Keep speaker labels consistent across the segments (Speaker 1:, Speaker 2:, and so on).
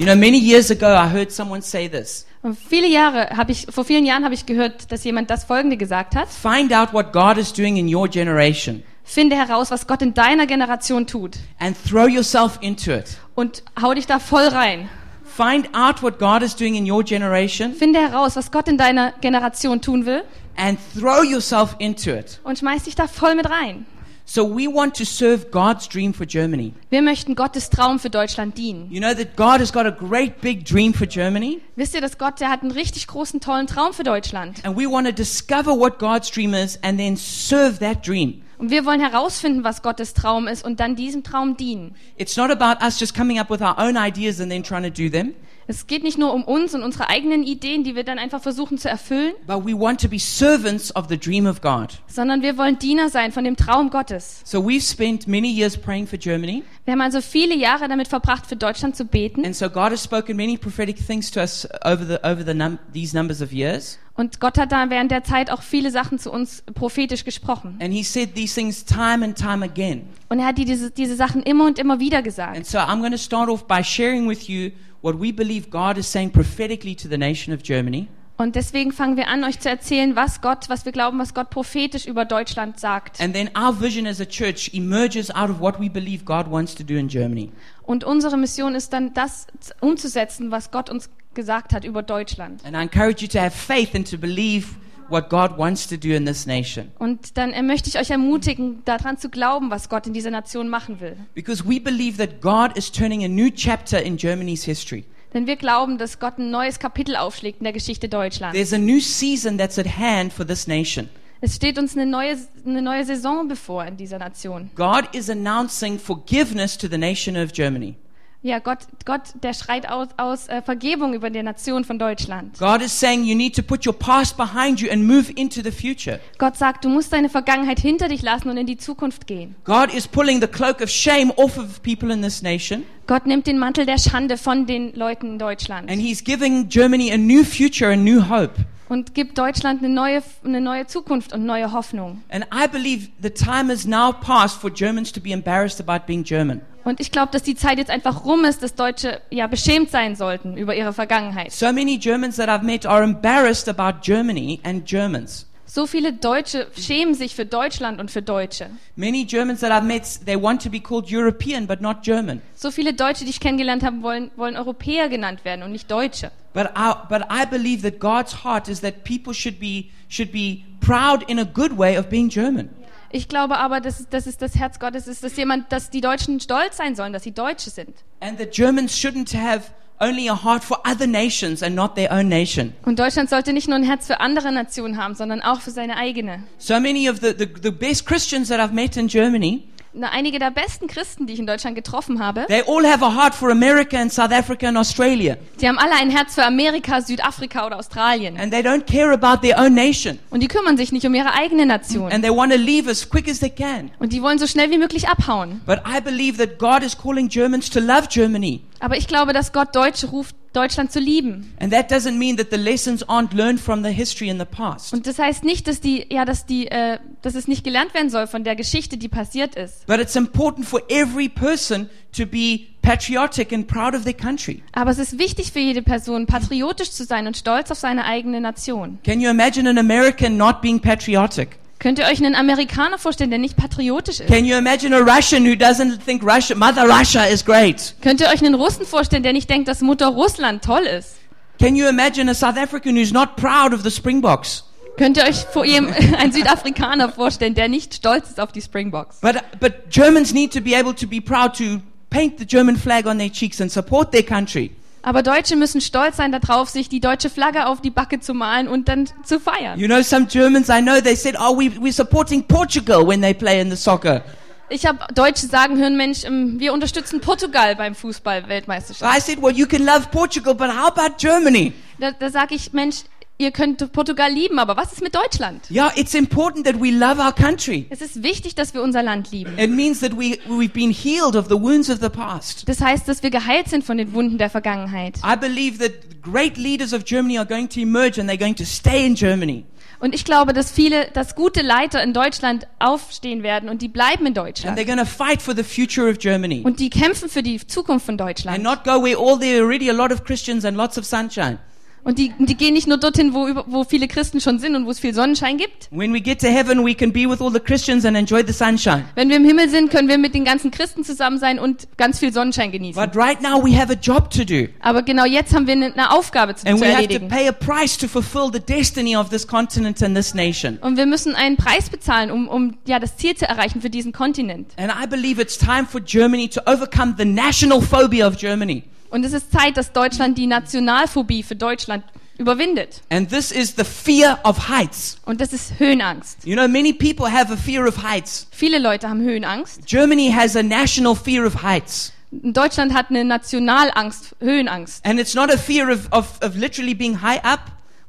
Speaker 1: You know, many years ago, I heard someone say this
Speaker 2: Und viele Jahre habe ich, vor vielen Jahren habe ich gehört, dass jemand das Folgende gesagt hat.
Speaker 1: Find out what God is doing in your generation
Speaker 2: Finde heraus, was Gott in deiner Generation tut
Speaker 1: and throw yourself into it.
Speaker 2: und hau dich da voll rein.
Speaker 1: Find out what God is doing in your generation
Speaker 2: Finde heraus, was Gott in deiner Generation tun will
Speaker 1: and throw yourself into it.
Speaker 2: und schmeiß dich da voll mit rein.
Speaker 1: So, we want to serve God's dream for Germany.
Speaker 2: Wir möchten Gottes Traum für Deutschland dienen.
Speaker 1: You know that God has got a great big dream for Germany,
Speaker 2: Wisst ihr, dass Gott, der hat einen richtig großen, tollen Traum für Deutschland.
Speaker 1: and we want to discover what God's dream is and then serve that dream.
Speaker 2: Und wir wollen herausfinden, was Gottes Traum ist und dann diesem Traum dienen.
Speaker 1: It's not about us just coming up with our own ideas and then trying to do them,
Speaker 2: Es geht nicht nur um uns und unsere eigenen Ideen, die wir dann einfach versuchen zu erfüllen,
Speaker 1: but we want to be servants of the dream of God.
Speaker 2: sondern wir wollen Diener sein von dem Traum Gottes.
Speaker 1: So we've spent many years praying for Germany,
Speaker 2: Wir haben also viele Jahre damit verbracht, für Deutschland zu beten.
Speaker 1: and so God has spoken many prophetic things to us over the over the num- these numbers of years.
Speaker 2: Und Gott hat da während der Zeit auch viele Sachen zu uns prophetisch gesprochen.
Speaker 1: And He said these things time and time again.
Speaker 2: Und er hat die, diese, diese Sachen immer und immer wieder gesagt.
Speaker 1: And so I'm going to start off by sharing with you what we believe God is saying prophetically to the nation of Germany.
Speaker 2: Und deswegen fangen wir an, euch zu erzählen, was Gott, was wir glauben, was Gott prophetisch über Deutschland sagt.
Speaker 1: And then our vision as a church emerges out of what we believe God wants to do in Germany.
Speaker 2: Und unsere Mission ist dann, das z- umzusetzen, was Gott uns gesagt hat über Deutschland.
Speaker 1: And I encourage you to have faith and to believe what God wants to do in this nation.
Speaker 2: Und dann äh, möchte ich euch ermutigen, daran zu glauben, was Gott in dieser Nation machen will.
Speaker 1: Because we believe that God is turning a new chapter in Germany's history.
Speaker 2: Denn wir glauben, dass Gott ein neues Kapitel aufschlägt in der Geschichte Deutschlands.
Speaker 1: There's a new season that's at hand for this nation.
Speaker 2: Es steht uns eine neue, eine neue Saison bevor in dieser Nation.
Speaker 1: God is announcing forgiveness to the nation of Germany.
Speaker 2: Ja, Gott, Gott der schreit aus, aus äh, Vergebung über die Nation von Deutschland.
Speaker 1: God is saying you need to put your past behind you and move into the future.
Speaker 2: Gott sagt, du musst deine Vergangenheit hinter dich lassen und in die Zukunft gehen.
Speaker 1: God is pulling the cloak of shame off of people in this nation,
Speaker 2: Gott nimmt den Mantel der Schande von den Leuten in Deutschland
Speaker 1: and He's giving Germany a new future, a new hope.
Speaker 2: und gibt Deutschland eine neue, eine neue Zukunft und neue Hoffnung.
Speaker 1: And I believe the time is now past for Germans to be embarrassed about being German.
Speaker 2: Und ich glaube, dass die Zeit jetzt einfach rum ist, dass Deutsche ja beschämt sein sollten über ihre Vergangenheit.
Speaker 1: So many Germans that I've met are embarrassed about Germany and Germans.
Speaker 2: So viele Deutsche schämen sich für Deutschland und für Deutsche.
Speaker 1: Many Germans that I've met, they want to be called European but not German.
Speaker 2: So viele Deutsche, die ich kennengelernt habe, wollen, wollen Europäer genannt werden und nicht Deutsche.
Speaker 1: But I, but I believe that God's heart is that people should be, should be proud in a good way of being German.
Speaker 2: Ich glaube aber, dass, dass es das Herz Gottes ist, dass jemand, dass die Deutschen stolz sein sollen, dass sie Deutsche sind.
Speaker 1: And that Germans shouldn't have only a heart for other nations and not their own nation.
Speaker 2: Und Deutschland sollte nicht nur ein Herz für andere Nationen haben, sondern auch für seine eigene.
Speaker 1: So many of the, the, the best Christians that I've met in Germany,
Speaker 2: Na, einige der besten Christen, die ich in Deutschland getroffen habe,
Speaker 1: they all have a heart for America and South Africa and Australia.
Speaker 2: die haben alle ein Herz für Amerika, Südafrika oder Australien.
Speaker 1: And they don't care about their own nation.
Speaker 2: Und die kümmern sich nicht um ihre eigene Nation.
Speaker 1: And they want to leave as quick as they can.
Speaker 2: Und die wollen so schnell wie möglich abhauen.
Speaker 1: But I believe that God is calling Germans to love Germany.
Speaker 2: Aber ich glaube, dass Gott Deutsche ruft, Deutschland zu lieben.
Speaker 1: And that doesn't mean that the lessons aren't learned from the history in the past.
Speaker 2: Und das heißt nicht, dass die, ja, dass die, äh, dass es nicht gelernt werden soll von der Geschichte, die passiert ist.
Speaker 1: But it's important for every person to be patriotic and proud of their country.
Speaker 2: Aber es ist wichtig für jede Person, patriotisch zu sein und stolz auf seine eigene Nation.
Speaker 1: Can you imagine an American not being patriotic?
Speaker 2: Könnt ihr euch einen Amerikaner vorstellen, der nicht patriotisch ist?
Speaker 1: Can you imagine a Russian who doesn't think Russia, Mother Russia is great?
Speaker 2: Könnt ihr euch einen Russen vorstellen, der nicht denkt, dass Mutter Russland toll ist?
Speaker 1: Can you imagine a South African who's not proud of the Springboks?
Speaker 2: Könnt ihr euch vor ihm einen Südafrikaner vorstellen, der nicht stolz ist auf die Springboks?
Speaker 1: But, but Germans need to be able to be proud to paint the German flag on their cheeks and support their country.
Speaker 2: Aber Deutsche müssen stolz sein darauf, sich die deutsche Flagge auf die Backe zu malen und dann zu feiern.
Speaker 1: You know, some Germans I know, they said, oh, we, we're supporting Portugal when they play in the soccer.
Speaker 2: Ich habe Deutsche sagen hören, Mensch, ähm, wir unterstützen Portugal beim Fußball-Weltmeisterschaft.
Speaker 1: I said, well, you can love Portugal, but how about Germany?
Speaker 2: Da, da sage ich, Mensch, ihr könnt Portugal lieben, aber was ist mit Deutschland?
Speaker 1: Yeah, it's important that we love our country.
Speaker 2: Es ist wichtig, dass wir unser Land lieben.
Speaker 1: It means that we, we've been healed of the wounds of the past.
Speaker 2: Das heißt, dass wir geheilt sind von den Wunden der Vergangenheit.
Speaker 1: I believe that great leaders of Germany are going to emerge and they're going to stay in Germany.
Speaker 2: Und ich glaube, dass viele, dass gute Leiter in Deutschland aufstehen werden und die bleiben
Speaker 1: And
Speaker 2: in
Speaker 1: they're
Speaker 2: Deutschland.
Speaker 1: going to fight for the future of Germany.
Speaker 2: Und die kämpfen für die Zukunft von Deutschland.
Speaker 1: And not go where all there are already a lot of Christians and lots of sunshine.
Speaker 2: Und die, die gehen nicht nur dorthin, wo, über- wo viele Christen schon sind und wo es viel Sonnenschein gibt.
Speaker 1: When we get to heaven, we can be with all the Christians and enjoy the sunshine.
Speaker 2: Wenn wir im Himmel sind, können wir mit den ganzen Christen zusammen sein und ganz viel Sonnenschein genießen.
Speaker 1: But right now, we have a job to do.
Speaker 2: Aber genau jetzt haben wir eine, eine Aufgabe zu,
Speaker 1: And
Speaker 2: zu
Speaker 1: we have to
Speaker 2: erledigen.
Speaker 1: pay a price to fulfill the destiny of this continent and this nation.
Speaker 2: Und wir müssen einen Preis bezahlen, um, um ja, das Ziel zu erreichen für diesen Kontinent.
Speaker 1: And I believe it's time for Germany to overcome the national phobia of Germany.
Speaker 2: Und es ist Zeit, dass Deutschland die Nationalphobie für Deutschland überwindet.
Speaker 1: And this is the fear of heights.
Speaker 2: Und das ist Höhenangst.
Speaker 1: You know, many people have a fear of heights.
Speaker 2: Viele Leute haben Höhenangst.
Speaker 1: Germany has a national fear of heights.
Speaker 2: Deutschland hat eine Nationalangst, Höhenangst.
Speaker 1: And it's not a fear of, of, of literally being high up,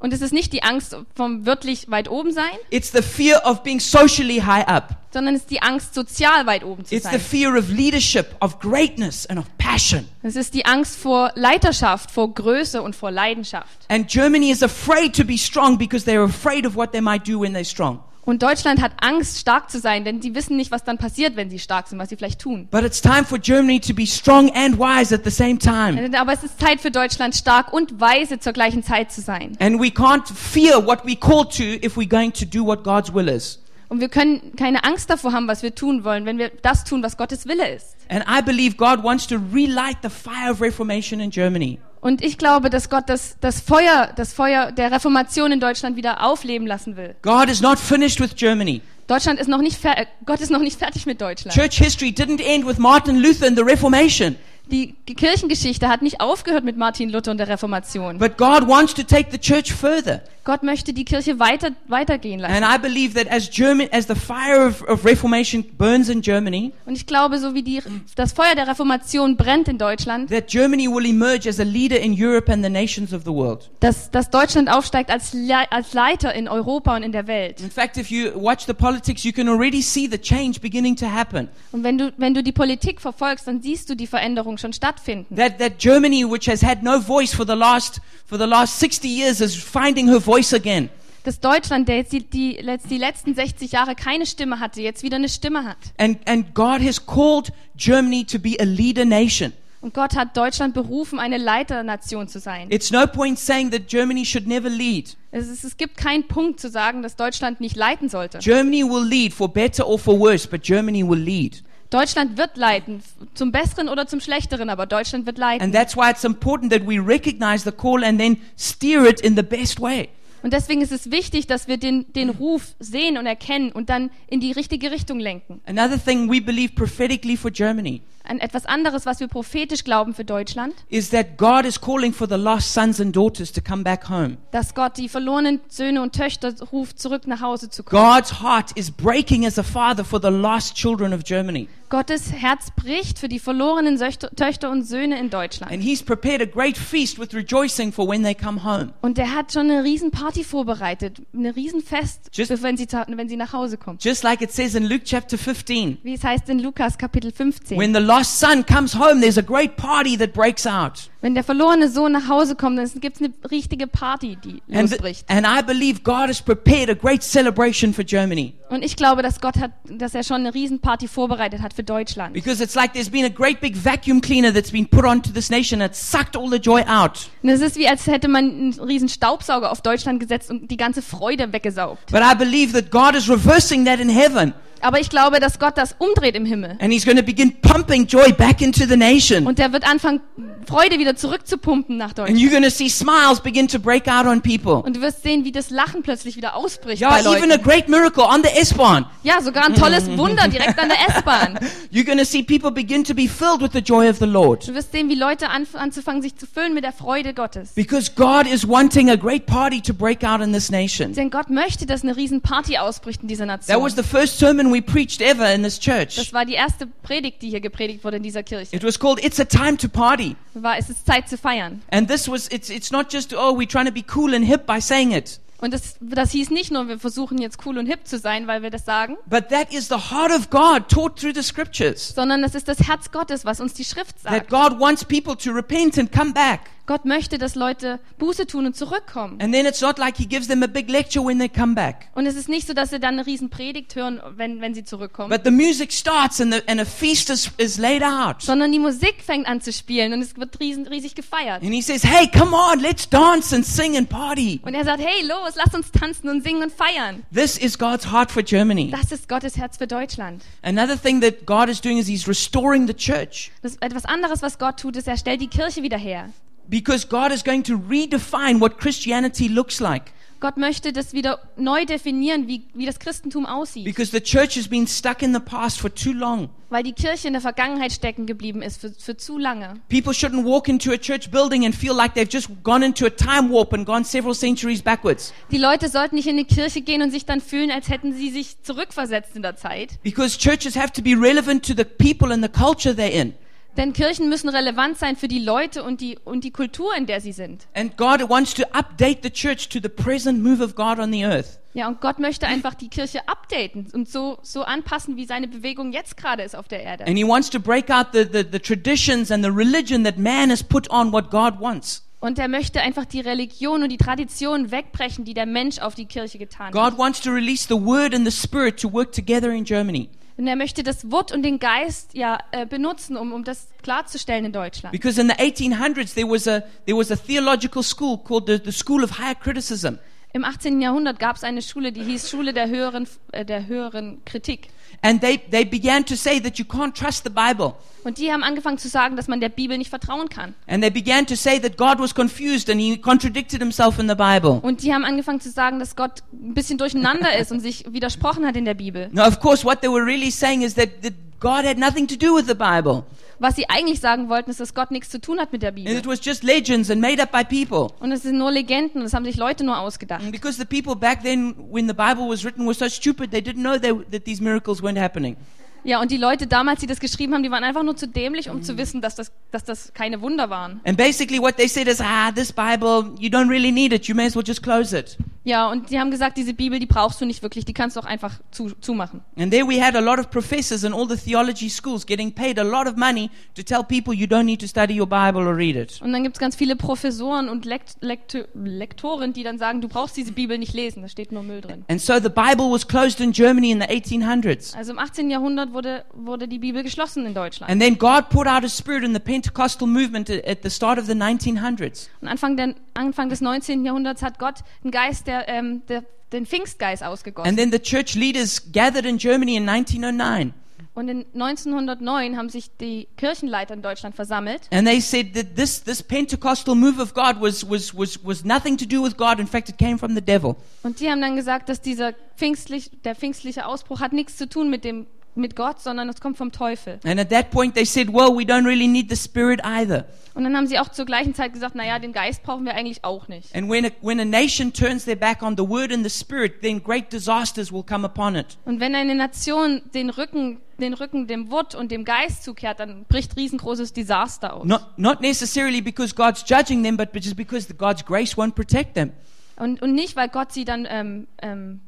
Speaker 2: Und es ist nicht die Angst vom wirklich weit oben sein,
Speaker 1: it's the fear of being socially high up.
Speaker 2: sondern es ist die Angst, sozial weit oben zu
Speaker 1: It's the
Speaker 2: sein.
Speaker 1: fear of leadership, of greatness, and of passion.
Speaker 2: Es ist die Angst vor Leiterschaft, vor Größe und vor Leidenschaft.
Speaker 1: And Germany is afraid to be strong because they're afraid of what they might do when they're strong.
Speaker 2: Und Deutschland hat Angst, stark zu sein, denn sie wissen nicht, was dann passiert, wenn sie stark sind, was sie vielleicht tun.
Speaker 1: But it's time for Germany to be strong and wise at the same time.
Speaker 2: Aber es ist Zeit für Deutschland, stark und weise zur gleichen Zeit zu sein.
Speaker 1: And we can't fear what we call to if we're going to do what God's will is.
Speaker 2: Und wir können keine Angst davor haben, was wir tun wollen, wenn wir das tun, was Gottes Wille ist.
Speaker 1: And I believe God wants to relight the fire of reformation in Germany.
Speaker 2: Und ich glaube, dass Gott das, das Feuer, das Feuer der Reformation in Deutschland wieder aufleben lassen will.
Speaker 1: God is not finished with Germany.
Speaker 2: Deutschland ist noch nicht fer äh, Gott ist noch nicht fertig mit Deutschland.
Speaker 1: Church history didn't end with Martin Luther and the Reformation.
Speaker 2: Die G- Kirchengeschichte hat nicht aufgehört mit Martin Luther und der Reformation.
Speaker 1: But God wants to take the church further.
Speaker 2: Gott möchte die Kirche weiter weitergehen
Speaker 1: And
Speaker 2: lassen.
Speaker 1: I believe that as German, as the fire of, of Reformation burns in Germany,
Speaker 2: Und ich glaube, so wie die, das Feuer der Reformation brennt in Deutschland,
Speaker 1: that Germany will emerge as a leader in Europe and the nations of the world.
Speaker 2: dass, dass Deutschland aufsteigt als, Le als Leiter in Europa und in der Welt.
Speaker 1: In fact, if you watch the politics, you can already see the change beginning to happen.
Speaker 2: Und wenn du, wenn du die Politik verfolgst, dann siehst du die Veränderung schon stattfinden.
Speaker 1: That, that Germany, which has had no voice for the last, for the last 60 years, is finding her voice again.
Speaker 2: Dass Deutschland, der jetzt die, die, letzt- die letzten 60 Jahre keine Stimme hatte, jetzt wieder eine Stimme hat.
Speaker 1: And, and God has called Germany to be a leader nation.
Speaker 2: Und Gott hat Deutschland berufen, eine Leiternation zu sein.
Speaker 1: It's no point saying that Germany should never lead.
Speaker 2: Es, ist, es gibt keinen Punkt zu sagen, dass Deutschland nicht leiten sollte.
Speaker 1: Germany will lead for better or for worse, but Germany will lead.
Speaker 2: Deutschland wird leiten, f- zum Besseren oder zum Schlechteren, aber Deutschland wird
Speaker 1: And
Speaker 2: leiten.
Speaker 1: that's why it's important that we recognize the call and then steer it in the best way.
Speaker 2: Und deswegen ist es wichtig, dass wir den, den Ruf sehen und erkennen und dann in die richtige Richtung lenken.
Speaker 1: Another thing we believe prophetically for Germany
Speaker 2: An etwas anderes, was wir prophetisch glauben für Deutschland,
Speaker 1: is that God is calling for the lost sons and daughters to come back home.
Speaker 2: dass Gott die verlorenen Söhne und Töchter ruft, zurück nach Hause zu kommen.
Speaker 1: God's heart is breaking as a father for the lost children of Germany.
Speaker 2: Gottes Herz bricht für die verlorenen Söchter, Töchter und Söhne in Deutschland.
Speaker 1: And he's prepared a great feast with rejoicing for when they come home.
Speaker 2: Und er hat schon eine Riesenparty vorbereitet, eine Riesenfest,
Speaker 1: Just-
Speaker 2: wenn sie, ta- wenn sie nach Hause kommen.
Speaker 1: Just like it says in Luke chapter 15.
Speaker 2: Wie es heißt in Lukas Kapitel 15.
Speaker 1: When the lost son comes home, there's a great party that breaks out.
Speaker 2: Wenn der verlorene Sohn nach Hause kommt, dann gibt es eine richtige Party, die
Speaker 1: And, th-
Speaker 2: losbricht.
Speaker 1: and I believe God has prepared a great celebration for Germany.
Speaker 2: Und ich glaube, dass Gott hat, dass er schon eine Riesenparty vorbereitet hat für Deutschland.
Speaker 1: Because it's like there's been a great big vacuum cleaner that's been put onto this nation that sucked all the joy out.
Speaker 2: Und es ist wie, als hätte man einen riesen Staubsauger auf Deutschland gesetzt und die ganze Freude weggesaugt.
Speaker 1: But I believe that God is reversing that in heaven.
Speaker 2: Aber ich glaube, dass Gott das umdreht im Himmel.
Speaker 1: And he's going to begin pumping joy back into the nation.
Speaker 2: Und der wird anfangen, Freude wieder zurückzupumpen nach
Speaker 1: And
Speaker 2: Deutschland.
Speaker 1: you're going to see smiles begin to break out on people.
Speaker 2: Und du wirst sehen, wie das Lachen plötzlich wieder ausbricht bei
Speaker 1: Yeah, even a
Speaker 2: Leuten.
Speaker 1: great miracle on the S-Bahn.
Speaker 2: Ja, sogar ein tolles Wunder direkt an der S-Bahn.
Speaker 1: You're going to see people begin to be filled with the joy of the Lord.
Speaker 2: Du wirst sehen, wie Leute anf anzufangen, sich zu füllen mit der Freude Gottes.
Speaker 1: Because God is wanting a great party to break out in this nation.
Speaker 2: Denn Gott möchte, dass eine riesen Party ausbricht in dieser
Speaker 1: That was the
Speaker 2: Nation.
Speaker 1: first sermon sermon we preached ever in this church.
Speaker 2: Das war die erste Predigt, die hier gepredigt wurde in dieser Kirche.
Speaker 1: It was called It's a Time to Party.
Speaker 2: War, es ist Zeit zu feiern.
Speaker 1: And this was, it's, it's not just, oh, we're trying to be cool and hip by saying it.
Speaker 2: Und das, das hieß nicht nur, wir versuchen jetzt cool und hip zu sein, weil wir das sagen,
Speaker 1: But that is the heart of God taught through the scriptures.
Speaker 2: sondern das ist das Herz Gottes, was uns die Schrift
Speaker 1: That
Speaker 2: sagt.
Speaker 1: God wants people to repent and come back.
Speaker 2: Gott möchte, dass Leute Buße tun und zurückkommen.
Speaker 1: And then it's not like He gives them a big lecture when they come back.
Speaker 2: Und es ist nicht so, dass sie dann eine riesen Predigt hören, wenn, wenn sie zurückkommen,
Speaker 1: But the music starts and, the, and a feast is, is laid out.
Speaker 2: sondern die Musik fängt an zu spielen und es wird riesen, riesig gefeiert.
Speaker 1: And He says, hey, come on, let's dance and sing and party.
Speaker 2: Und er sagt, hey, los, lasst uns tanzen und singen und feiern.
Speaker 1: This is God's heart for Germany.
Speaker 2: Das ist Gottes Herz für Deutschland.
Speaker 1: Another thing that God is doing is He's restoring the church
Speaker 2: Das ist etwas anderes, was Gott tut, ist, er stellt die Kirche wieder her.
Speaker 1: because God is going to redefine what Christianity looks like
Speaker 2: Gott möchte das wieder neu definieren, wie, wie das Christentum aussieht,
Speaker 1: because the church has been stuck in the past for too long.
Speaker 2: weil die Kirche in der Vergangenheit stecken geblieben ist für, für zu lange.
Speaker 1: People shouldn't walk into a church building and feel like they've just gone into a time warp and gone several centuries backwards
Speaker 2: Die Leute sollten nicht in die Kirche gehen und sich dann fühlen, als hätten sie sich zurückversetzt in der Zeit.
Speaker 1: because churches have to be relevant to the people and the culture they're in.
Speaker 2: Denn Kirchen müssen relevant sein für die Leute und die, und die Kultur, in der sie sind.
Speaker 1: And God wants to update the church to the present move of God on the earth.
Speaker 2: Ja, und Gott möchte einfach die Kirche updaten und so, so anpassen, wie seine Bewegung jetzt gerade ist auf der Erde.
Speaker 1: And He wants to break out the, the, the traditions and the religion that man has put on what God wants.
Speaker 2: Und er möchte einfach die Religion und die Tradition wegbrechen, die der Mensch auf die Kirche getan hat.
Speaker 1: God wants to release the word and the spirit to work together in Germany
Speaker 2: Und er möchte das Wort und den Geist ja äh, benutzen, um, um das klarzustellen in Deutschland.
Speaker 1: because in the 1800s there was a there was a theological school called the, the School of Higher Criticism
Speaker 2: Im 18. Jahrhundert gab es eine Schule, die hieß Schule der höheren, äh, der höheren Kritik.
Speaker 1: and they they began to say that you can't trust the Bible
Speaker 2: Und die haben angefangen zu sagen, dass man der Bibel nicht vertrauen kann.
Speaker 1: and they began to say that God was confused and he contradicted himself in the Bible.
Speaker 2: Und die haben angefangen zu sagen, dass Gott ein bisschen durcheinander ist und sich widersprochen hat in der Bibel.
Speaker 1: Now of course what they were really saying is that, that God had nothing to do with the Bible
Speaker 2: Was sie eigentlich sagen wollten, ist, dass Gott nichts zu tun hat mit der
Speaker 1: and
Speaker 2: Bibel.
Speaker 1: it was just legends and made up by people.
Speaker 2: Und es sind nur Legenden, das haben sich Leute nur ausgedacht.
Speaker 1: And because the people back then when the Bible was written were so stupid they didn't know they, that these miracles weren't happening.
Speaker 2: Ja, und die Leute damals, die das geschrieben haben, die waren einfach nur zu dämlich, um zu wissen, dass das, dass das keine Wunder waren.
Speaker 1: And basically, what they said is, ah, this Bible, you don't really need it. You may as well just close it.
Speaker 2: Ja, und die haben gesagt, diese Bibel, die brauchst du nicht wirklich, die kannst du auch einfach zu, zumachen.
Speaker 1: And there we had a lot of professors in all the theology schools getting paid a lot of money to tell people you don't need to study your Bible or read it.
Speaker 2: Und dann gibt's ganz viele Professoren und Lekt Lekte- Lektoren, die dann sagen, du brauchst diese Bibel nicht lesen, da steht nur Müll drin.
Speaker 1: And so the Bible was closed in Germany in the 1800s.
Speaker 2: Also im 18. Jahrhundert wurde, wurde die Bibel geschlossen in Deutschland.
Speaker 1: And then God poured out His Spirit in the Pentecostal movement a- at the start of the 1900s.
Speaker 2: Und Anfang, der, Anfang des 19. Jahrhunderts hat Gott einen Geist, der, ähm, der den Pfingstgeist ausgegossen.
Speaker 1: And then the church leaders gathered in Germany in 1909.
Speaker 2: Und in 1909 haben sich die Kirchenleiter in Deutschland versammelt.
Speaker 1: And they said that this, this Pentecostal move of God was, was, was, was nothing to do with God. In fact, it came from the devil.
Speaker 2: Und die haben dann gesagt, dass dieser pfingstlich, der pfingstliche Ausbruch hat nichts zu tun mit, dem, mit Gott, sondern es kommt vom Teufel.
Speaker 1: And at that point, they said, well, we don't really need the Spirit either.
Speaker 2: Und dann haben sie auch zur gleichen Zeit gesagt, naja, den Geist brauchen wir eigentlich auch nicht.
Speaker 1: And when a, when a nation turns their back on the Word and the Spirit, then great disasters will come upon it.
Speaker 2: Und wenn eine Nation den Rücken, den Rücken dem Wort und dem Geist zukehrt, dann bricht riesengroßes Desaster aus.
Speaker 1: Not, not necessarily because God's judging them, but just because the God's grace won't protect them.
Speaker 2: Und, und nicht, weil Gott sie dann ähm, ähm,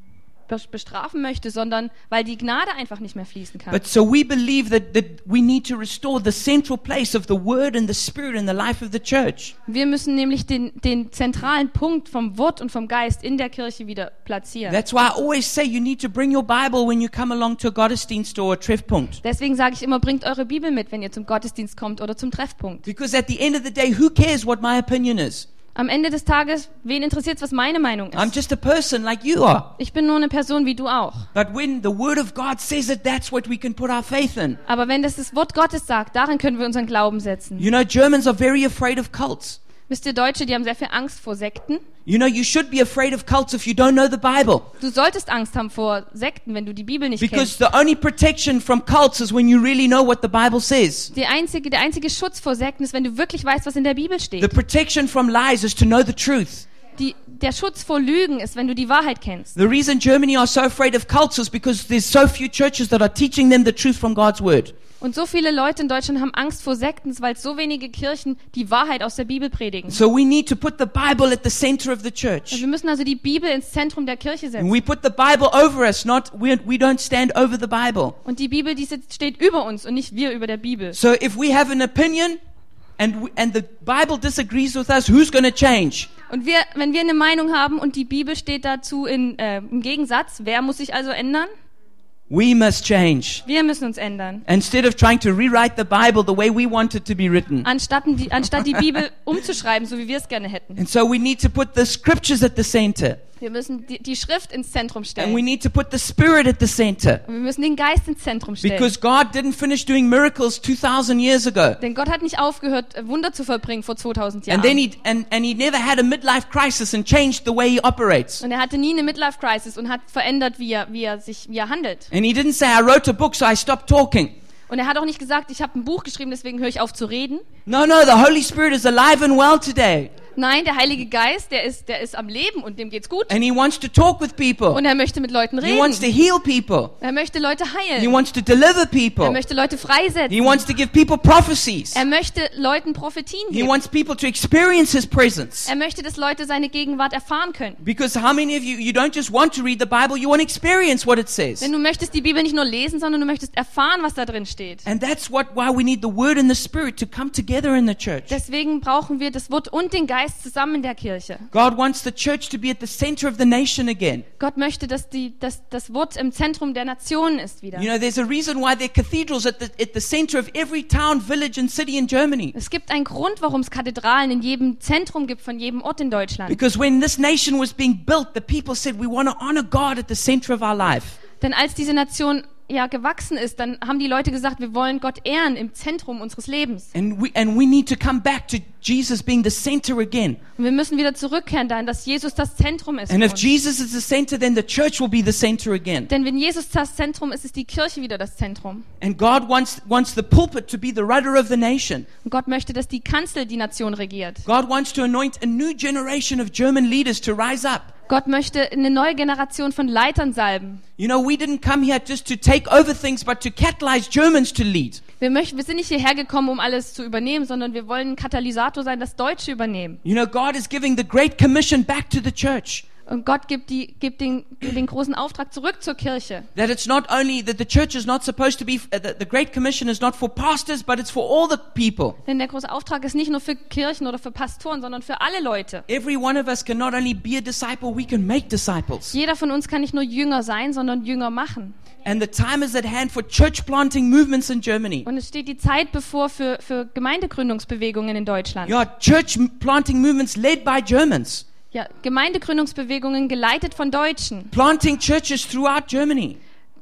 Speaker 2: bes- bestrafen möchte, sondern weil die Gnade einfach nicht mehr fließen kann.
Speaker 1: But so we believe that, that we need to restore the central place of the Word and the Spirit in the life of the church.
Speaker 2: Wir müssen nämlich den, den zentralen Punkt vom Wort und vom Geist in der Kirche wieder platzieren.
Speaker 1: That's why I always say you need to bring your Bible when you come along to a Gottesdienst store or Treffpunkt.
Speaker 2: Deswegen sage ich immer, bringt eure Bibel mit, wenn ihr zum Gottesdienst kommt oder zum Treffpunkt.
Speaker 1: Because at the end of the day, who cares what my opinion is?
Speaker 2: Am Ende des Tages, wen interessiert was meine Meinung
Speaker 1: I'm
Speaker 2: ist?
Speaker 1: just a person like you are.
Speaker 2: Ich bin nur eine Person wie du auch.
Speaker 1: But when the Word of God says it, that's what we can put our faith in.
Speaker 2: Aber wenn das das Wort Gottes sagt, darin können wir unseren Glauben setzen.
Speaker 1: You know, Germans are very afraid of cults.
Speaker 2: Wisst ihr, Deutsche, die haben sehr viel Angst vor Sekten.
Speaker 1: You know, you should be afraid of cults if you don't know the Bible.
Speaker 2: Du solltest Angst haben vor Sekten, wenn du die Bibel nicht
Speaker 1: Because
Speaker 2: kennst.
Speaker 1: the only protection from cults is when you really know what the Bible says.
Speaker 2: Die einzige, der einzige Schutz vor Sekten ist, wenn du wirklich weißt, was in der Bibel
Speaker 1: The
Speaker 2: steht.
Speaker 1: protection from lies is to know the truth.
Speaker 2: Die, der Schutz vor Lügen ist, wenn du die Wahrheit kennst.
Speaker 1: The reason Germany are so afraid of cults is because there's so few churches that are teaching them the truth from God's word.
Speaker 2: Und so viele Leute in Deutschland haben Angst vor Sekten, weil so wenige Kirchen die Wahrheit aus der Bibel predigen.
Speaker 1: So we need to put the Bible at the center of the
Speaker 2: Also
Speaker 1: church.
Speaker 2: wir müssen also die Bibel ins Zentrum der Kirche
Speaker 1: And
Speaker 2: setzen.
Speaker 1: we put the Bible over us, not we, we don't stand over the Bible.
Speaker 2: Und die Bibel, die sitzt, steht über uns und nicht wir über der Bibel.
Speaker 1: So if we have an opinion and we, and the Bible disagrees with us, who's going to change?
Speaker 2: Und wir, wenn wir eine Meinung haben und die Bibel steht dazu in, äh, im Gegensatz, wer muss sich also ändern?
Speaker 1: We must change.
Speaker 2: Wir müssen uns ändern.
Speaker 1: Instead of trying to rewrite the Bible the way we want it to be written.
Speaker 2: Anstatt die, anstatt die Bibel umzuschreiben, so wie wir es gerne hätten.
Speaker 1: And so we need to put the scriptures at the center.
Speaker 2: Wir müssen die, die Schrift ins Zentrum
Speaker 1: And we
Speaker 2: stellen.
Speaker 1: need to put the spirit at the center.
Speaker 2: Und wir müssen den Geist ins Zentrum stellen.
Speaker 1: Because God didn't finish doing miracles 2,000 years ago.
Speaker 2: Denn Gott hat nicht aufgehört, äh, Wunder zu verbringen vor 2000
Speaker 1: And then
Speaker 2: Jahren.
Speaker 1: he, and, and he never had a midlife crisis and changed the way he operates.
Speaker 2: Und er hatte nie eine Midlife-Crisis und hat verändert, wie er, wie er sich, wie er handelt.
Speaker 1: And he didn't say, I wrote a book, so I stopped talking.
Speaker 2: Und er hat auch nicht gesagt, ich habe ein Buch geschrieben, deswegen höre ich auf zu reden.
Speaker 1: No, no, the Holy Spirit is alive and well today.
Speaker 2: Nein, der Heilige Geist, der ist, der ist am Leben und dem geht's gut.
Speaker 1: And he wants to talk with people.
Speaker 2: Und er möchte mit Leuten
Speaker 1: He wants to
Speaker 2: reden.
Speaker 1: heal people.
Speaker 2: Er möchte Leute
Speaker 1: He
Speaker 2: heilen.
Speaker 1: wants to deliver
Speaker 2: Er
Speaker 1: people.
Speaker 2: möchte Leute
Speaker 1: He
Speaker 2: freisetzen.
Speaker 1: wants to give people prophecies.
Speaker 2: Er möchte Leuten Prophetien
Speaker 1: He
Speaker 2: geben.
Speaker 1: wants people to experience his presence.
Speaker 2: Er möchte, dass Leute seine Gegenwart erfahren können.
Speaker 1: Because how many of you, you don't just want to read the Bible, you want to experience what it says.
Speaker 2: Denn du möchtest die Bibel nicht nur lesen, sondern du möchtest erfahren, was da drin steht.
Speaker 1: And that's what why we need the Word and the Spirit to come together in the church.
Speaker 2: Deswegen brauchen wir das Wort und den Geist zusammen in der Kirche.
Speaker 1: God wants the church to be at the center of the nation again.
Speaker 2: Gott möchte, dass, die, dass das Wort im Zentrum der Nationen ist wieder.
Speaker 1: You know, there's a reason why there are cathedrals at the, at the center of every town, village, and city in Germany.
Speaker 2: Es gibt einen Grund, warum es Kathedralen in jedem Zentrum gibt, von jedem Ort in Deutschland.
Speaker 1: Because when this nation was being built, the people said, We want to honor God at the center of our life.
Speaker 2: Denn als diese Nation ja gewachsen ist, dann haben die Leute gesagt, wir wollen Gott ehren im Zentrum unseres Lebens.
Speaker 1: And we, and we need to come back to Jesus being the center again.
Speaker 2: Und wir müssen wieder zurückkehren dahin, dass Jesus das Zentrum ist.
Speaker 1: And
Speaker 2: für
Speaker 1: if
Speaker 2: uns.
Speaker 1: Jesus is the center, then the church will be the center again.
Speaker 2: Denn wenn Jesus das Zentrum ist, ist die Kirche wieder das Zentrum.
Speaker 1: And God wants, wants the pulpit to be the rudder of the nation.
Speaker 2: Und Gott möchte, dass die Kanzel die Nation regiert.
Speaker 1: God wants to anoint a new generation of German leaders to rise up.
Speaker 2: Gott möchte eine neue Generation von Leitern salben.
Speaker 1: You know, we didn't come here just to take over things, but to catalyze Germans to lead.
Speaker 2: Wir, möchten, wir sind nicht hierher gekommen, um alles zu übernehmen, sondern wir wollen ein Katalysator sein, das Deutsche übernehmen.
Speaker 1: You know, God is giving the Great Commission back to the church.
Speaker 2: Und Gott gibt, die, gibt den, den großen Auftrag zurück zur Kirche.
Speaker 1: That it's not only that the church is not supposed to be, uh, the, the Great Commission is not for pastors, but it's for all the people.
Speaker 2: Denn der große Auftrag ist nicht nur für Kirchen oder für Pastoren, sondern für alle Leute.
Speaker 1: Every one of us can not only be a disciple, we can make disciples.
Speaker 2: Jeder von uns kann nicht nur Jünger sein, sondern Jünger machen.
Speaker 1: And the time is at hand for church planting movements in Germany.
Speaker 2: Und es steht die Zeit bevor für, für Gemeindegründungsbewegungen in Deutschland.
Speaker 1: Yeah, church m- planting movements led by Germans,
Speaker 2: Ja, Gemeindegründungsbewegungen geleitet von Deutschen.
Speaker 1: planting churches throughout Germany.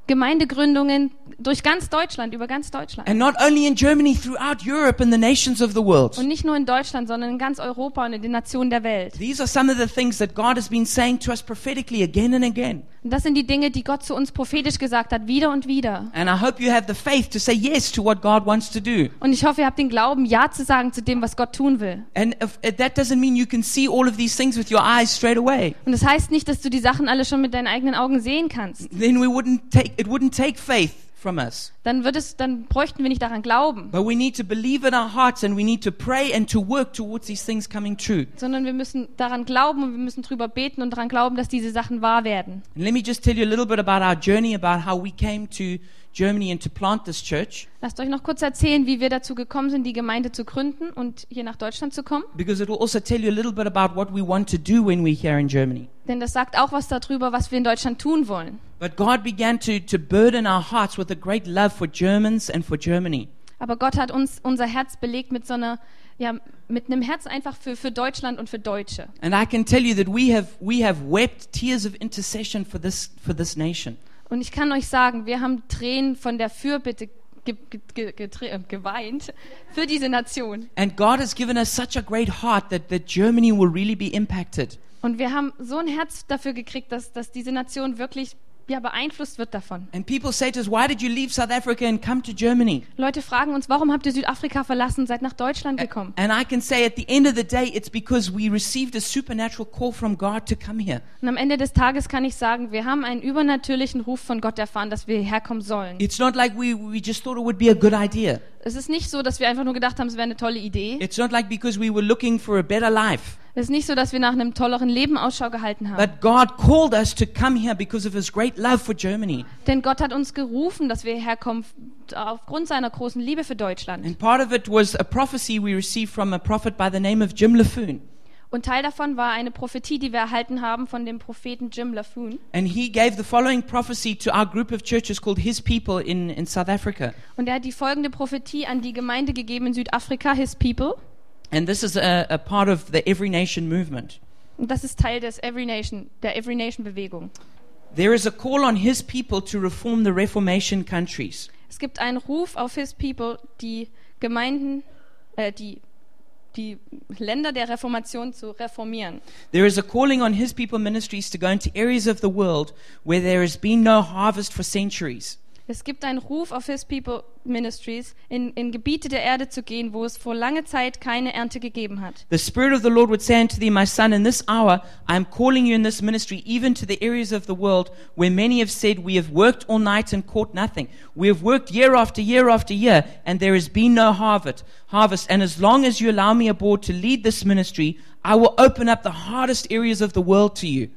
Speaker 2: Gemeindegründungen durch ganz Deutschland, über ganz Deutschland.
Speaker 1: And not only in Germany, throughout Europe and the nations of the world.
Speaker 2: Und nicht nur in Deutschland, sondern in ganz Europa und in den Nationen der Welt.
Speaker 1: These are some of the things that God has been saying to us prophetically again and again.
Speaker 2: Und das sind die Dinge, die Gott zu uns prophetisch gesagt hat, wieder und wieder.
Speaker 1: And I hope you have the faith to say yes to what God wants to do.
Speaker 2: Und ich hoffe, ihr habt den Glauben, Ja zu sagen zu dem, was Gott tun will.
Speaker 1: And if, if that doesn't mean you can see all of these things with your eyes straight away.
Speaker 2: Und das heißt nicht, dass du die Sachen alle schon mit deinen eigenen Augen sehen kannst.
Speaker 1: Then we wouldn't take, it wouldn't take faith from us.
Speaker 2: Dann wird es, dann bräuchten wir nicht daran glauben,
Speaker 1: But we need to believe in our hearts and we need to pray and to work towards these things coming true.
Speaker 2: sondern wir müssen daran glauben und wir müssen drüber beten und daran glauben, dass diese Sachen wahr werden.
Speaker 1: And let me just tell you a little bit about our journey, about how we came to Germany and to plant this church,
Speaker 2: Lasst euch noch kurz erzählen, wie wir dazu gekommen sind, die Gemeinde zu gründen und hier nach Deutschland zu kommen.
Speaker 1: because it will also tell you a little bit about what we want to do when we're here in Germany.
Speaker 2: Denn das sagt auch was darüber, was wir in Deutschland tun wollen.
Speaker 1: But God began to, to burden our hearts with a great love for Germans and for Germany.
Speaker 2: Aber Gott hat uns unser Herz belegt mit so einer, ja, mit einem Herz einfach für, für Deutschland und für Deutsche.
Speaker 1: And I can tell you that we have, we have wept tears of intercession for this, for this nation.
Speaker 2: Und ich kann euch sagen, wir haben Tränen von der Fürbitte ge ge ge getre- äh, geweint für diese Nation.
Speaker 1: And God has given us such a great heart that, that Germany will really be impacted.
Speaker 2: Und wir haben so ein Herz dafür gekriegt, dass, dass diese Nation wirklich ja, beeinflusst wird davon.
Speaker 1: And people say to us, why did you leave South Africa and come to Germany?
Speaker 2: Leute fragen uns, warum habt ihr Südafrika verlassen, seid nach Deutschland gekommen?
Speaker 1: And I can say at the end of the day, it's because we received a supernatural call from God to come here.
Speaker 2: Und am Ende des Tages kann ich sagen, wir haben einen übernatürlichen Ruf von Gott erfahren, dass wir hierher kommen sollen.
Speaker 1: It's not like we, we just thought it would be a good idea.
Speaker 2: Es ist nicht so, dass wir einfach nur gedacht haben, es wäre eine tolle Idee.
Speaker 1: It's not like because we were looking for a better life.
Speaker 2: Es ist nicht so, dass wir nach einem tolleren Leben Ausschau gehalten haben.
Speaker 1: But God called us to come here because of his great love for Germany.
Speaker 2: Denn Gott hat uns gerufen, dass wir hierher kommen f- aufgrund seiner großen Liebe für Deutschland.
Speaker 1: And part of it was a prophecy we received from a prophet by the name of Jim LaFoon.
Speaker 2: Und Teil davon war eine Prophetie, die wir erhalten haben von dem Propheten Jim LaFoon.
Speaker 1: And he gave the following prophecy to our group of churches called His People in, in South Africa.
Speaker 2: Und er hat die folgende Prophetie an die Gemeinde gegeben in Südafrika, His People.
Speaker 1: And this is a, a part of the Every Nation movement.
Speaker 2: Und das ist Teil des Every Nation, der Every Nation Bewegung.
Speaker 1: There is a call on His people to reform the Reformation countries.
Speaker 2: Es gibt einen Ruf auf His People, die Gemeinden, äh, die, die Länder der Reformation zu reformieren.
Speaker 1: There is a calling on His people ministries to go into areas of the world where there has been no harvest for centuries.
Speaker 2: Es gibt einen Ruf auf His People Ministries, in, in Gebiete der Erde zu gehen, wo es vor lange Zeit keine Ernte gegeben hat.
Speaker 1: The Spirit of the Lord would say unto thee, My son, in this hour I am calling you in this ministry, even to the areas of the world where many have said, We have worked all night and caught nothing. We have worked year after year after year, and there has been no harvest. Harvest, and as long as you allow me aboard to lead this ministry, I will open up the hardest areas of the world to you.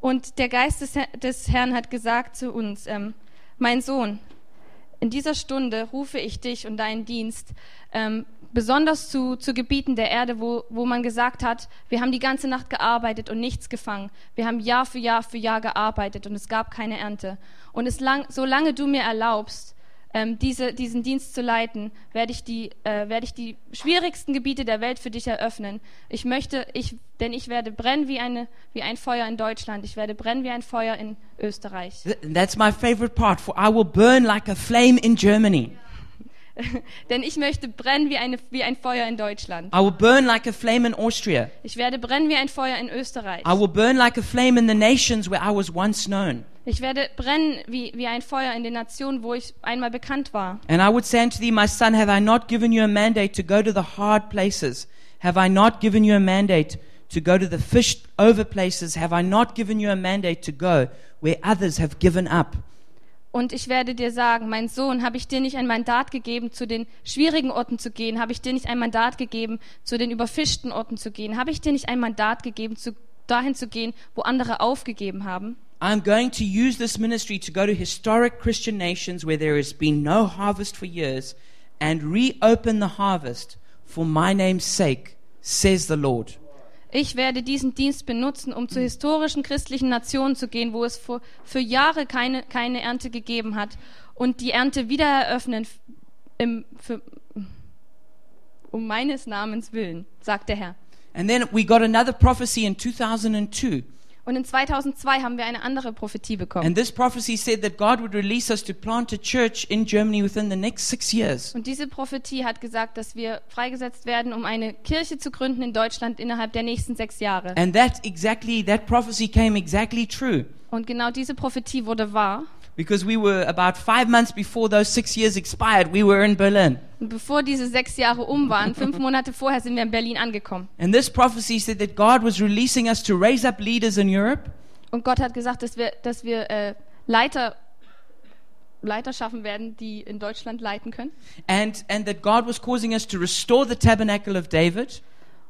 Speaker 2: Und der Geist des, Herr- des Herrn hat gesagt zu uns, ähm, mein Sohn, in dieser Stunde rufe ich dich und deinen Dienst ähm, besonders zu, zu Gebieten der Erde, wo, wo man gesagt hat, wir haben die ganze Nacht gearbeitet und nichts gefangen. Wir haben Jahr für Jahr für Jahr gearbeitet und es gab keine Ernte. Und es lang, solange du mir erlaubst, ähm, diese, diesen Dienst zu leiten, werde ich, die, äh, werde ich die schwierigsten Gebiete der Welt für dich eröffnen. Ich möchte, ich, denn ich werde brennen wie, eine, wie ein Feuer in Deutschland, ich werde brennen wie ein Feuer in Österreich.
Speaker 1: Th- That's my favorite part, for I will burn like a flame in Germany.
Speaker 2: denn ich möchte brennen wie, eine, wie ein Feuer in Deutschland.
Speaker 1: I will burn like a flame in Austria.
Speaker 2: Ich werde brennen wie ein Feuer in Österreich.
Speaker 1: I will burn like a flame in the nations where I was once known.
Speaker 2: Ich werde brennen wie, wie ein Feuer in den Nationen, wo ich einmal bekannt war.
Speaker 1: And I would say unto thee, My son, have I not given you a mandate to go to the hard places? Have I not given you a mandate to go to the fished over places? Have I not given you a mandate to go where others have given up?
Speaker 2: Und ich werde dir sagen, mein Sohn, habe ich dir nicht ein Mandat gegeben, zu den schwierigen Orten zu gehen? Habe ich dir nicht ein Mandat gegeben, zu den überfischten Orten zu gehen? Habe ich dir nicht ein Mandat gegeben, zu, dahin zu gehen, wo andere aufgegeben haben?
Speaker 1: I'm going to use this ministry to go to historic Christian nations where there has been no harvest for years and reopen the harvest for my name's sake, says the Lord.
Speaker 2: Ich werde diesen Dienst benutzen, um zu historischen christlichen Nationen zu gehen, wo es vor, für Jahre keine, keine Ernte gegeben hat und die Ernte wieder eröffnen f- im, für, um meines Namens willen, sagt der Herr.
Speaker 1: And then we got another prophecy in 2002.
Speaker 2: Und in 2002 haben wir eine andere Prophetie bekommen.
Speaker 1: And this prophecy said that God would release us to plant a church in Germany within the next six years.
Speaker 2: Und diese Prophetie hat gesagt, dass wir freigesetzt werden, um eine Kirche zu gründen in Deutschland innerhalb der nächsten sechs Jahre.
Speaker 1: And that exactly, that prophecy came exactly true.
Speaker 2: Und genau diese Prophetie wurde wahr.
Speaker 1: Because we were about five months before those six years expired, we were in Berlin.
Speaker 2: Und bevor diese sechs Jahre um waren, fünf Monate vorher, sind wir in Berlin angekommen.
Speaker 1: And this prophecy said that God was releasing us to raise up leaders in Europe
Speaker 2: Und Gott hat gesagt, dass wir, dass wir äh, Leiter, Leiter schaffen werden, die in Deutschland leiten können.
Speaker 1: and, and that God was causing us to restore the tabernacle of David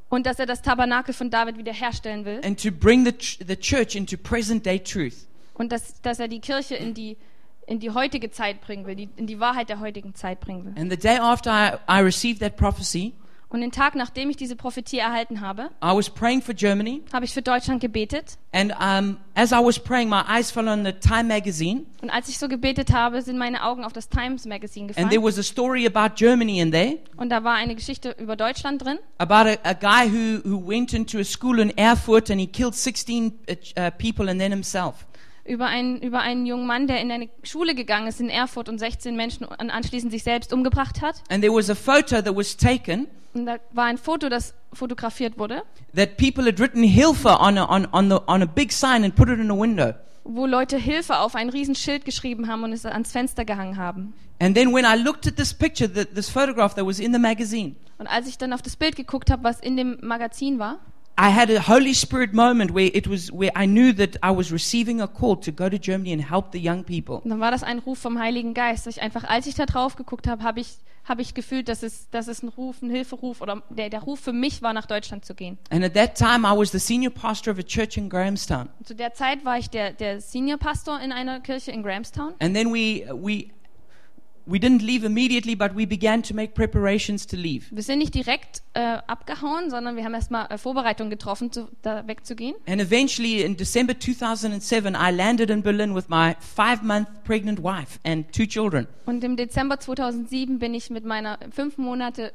Speaker 2: Und dass er das Tabernakel von David wiederherstellen will.
Speaker 1: and to bring the, ch- the church into present day truth.
Speaker 2: Und dass, dass er die Kirche in die, in die heutige Zeit bringen will, die, in die Wahrheit der heutigen Zeit bringen will.
Speaker 1: And the day after I, I received that prophecy,
Speaker 2: Und den Tag, nachdem ich diese Prophetie erhalten habe,
Speaker 1: I was praying for Germany.
Speaker 2: habe ich für Deutschland gebetet.
Speaker 1: And um, as I was praying, my eyes fell on the Time magazine,
Speaker 2: Und als ich so gebetet habe, sind meine Augen auf das Times Magazine
Speaker 1: and there
Speaker 2: gefallen.
Speaker 1: was a story about Germany in there,
Speaker 2: Und da war eine Geschichte über Deutschland drin.
Speaker 1: about a, a guy who, who went into a school in Erfurt and he killed 16 uh, ch- uh, people and then himself.
Speaker 2: über einen, über einen jungen Mann, der in eine Schule gegangen ist in Erfurt und 16 Menschen an- anschließend sich selbst umgebracht hat.
Speaker 1: And there was a photo that was taken
Speaker 2: Und da war ein Foto, das fotografiert wurde.
Speaker 1: that people had written Hilfer on a, on, on, the, on a big sign and put it in a window.
Speaker 2: wo Leute Hilfe auf ein Riesenschild geschrieben haben und es ans Fenster gehangen haben.
Speaker 1: And then when I looked at this picture, that this photograph that was in the magazine,
Speaker 2: Und als ich dann auf das Bild geguckt habe, was in dem Magazin war,
Speaker 1: I had a Holy Spirit moment where it was where I knew that I was receiving a call to go to Germany and help the young people.
Speaker 2: dann war das ein Ruf vom Heiligen Geist. Ich einfach, als ich da drauf geguckt habe, habe ich, habe ich gefühlt, dass es, dass es ein Ruf, ein Hilferuf oder der, der Ruf für mich war, nach Deutschland zu gehen.
Speaker 1: And at that time, I was the senior pastor of a church in Grahamstown.
Speaker 2: Und zu der Zeit war ich der, der Senior Pastor in einer Kirche in Grahamstown.
Speaker 1: And then we we we didn't leave immediately, but we began to make preparations to leave.
Speaker 2: Wir sind nicht direkt äh, abgehauen, sondern wir haben erstmal äh, Vorbereitungen getroffen, zu, da wegzugehen.
Speaker 1: And eventually, in December 2007, I landed in Berlin with my five-month pregnant wife and two children.
Speaker 2: Und im Dezember 2007 bin ich mit meiner fünf Monate,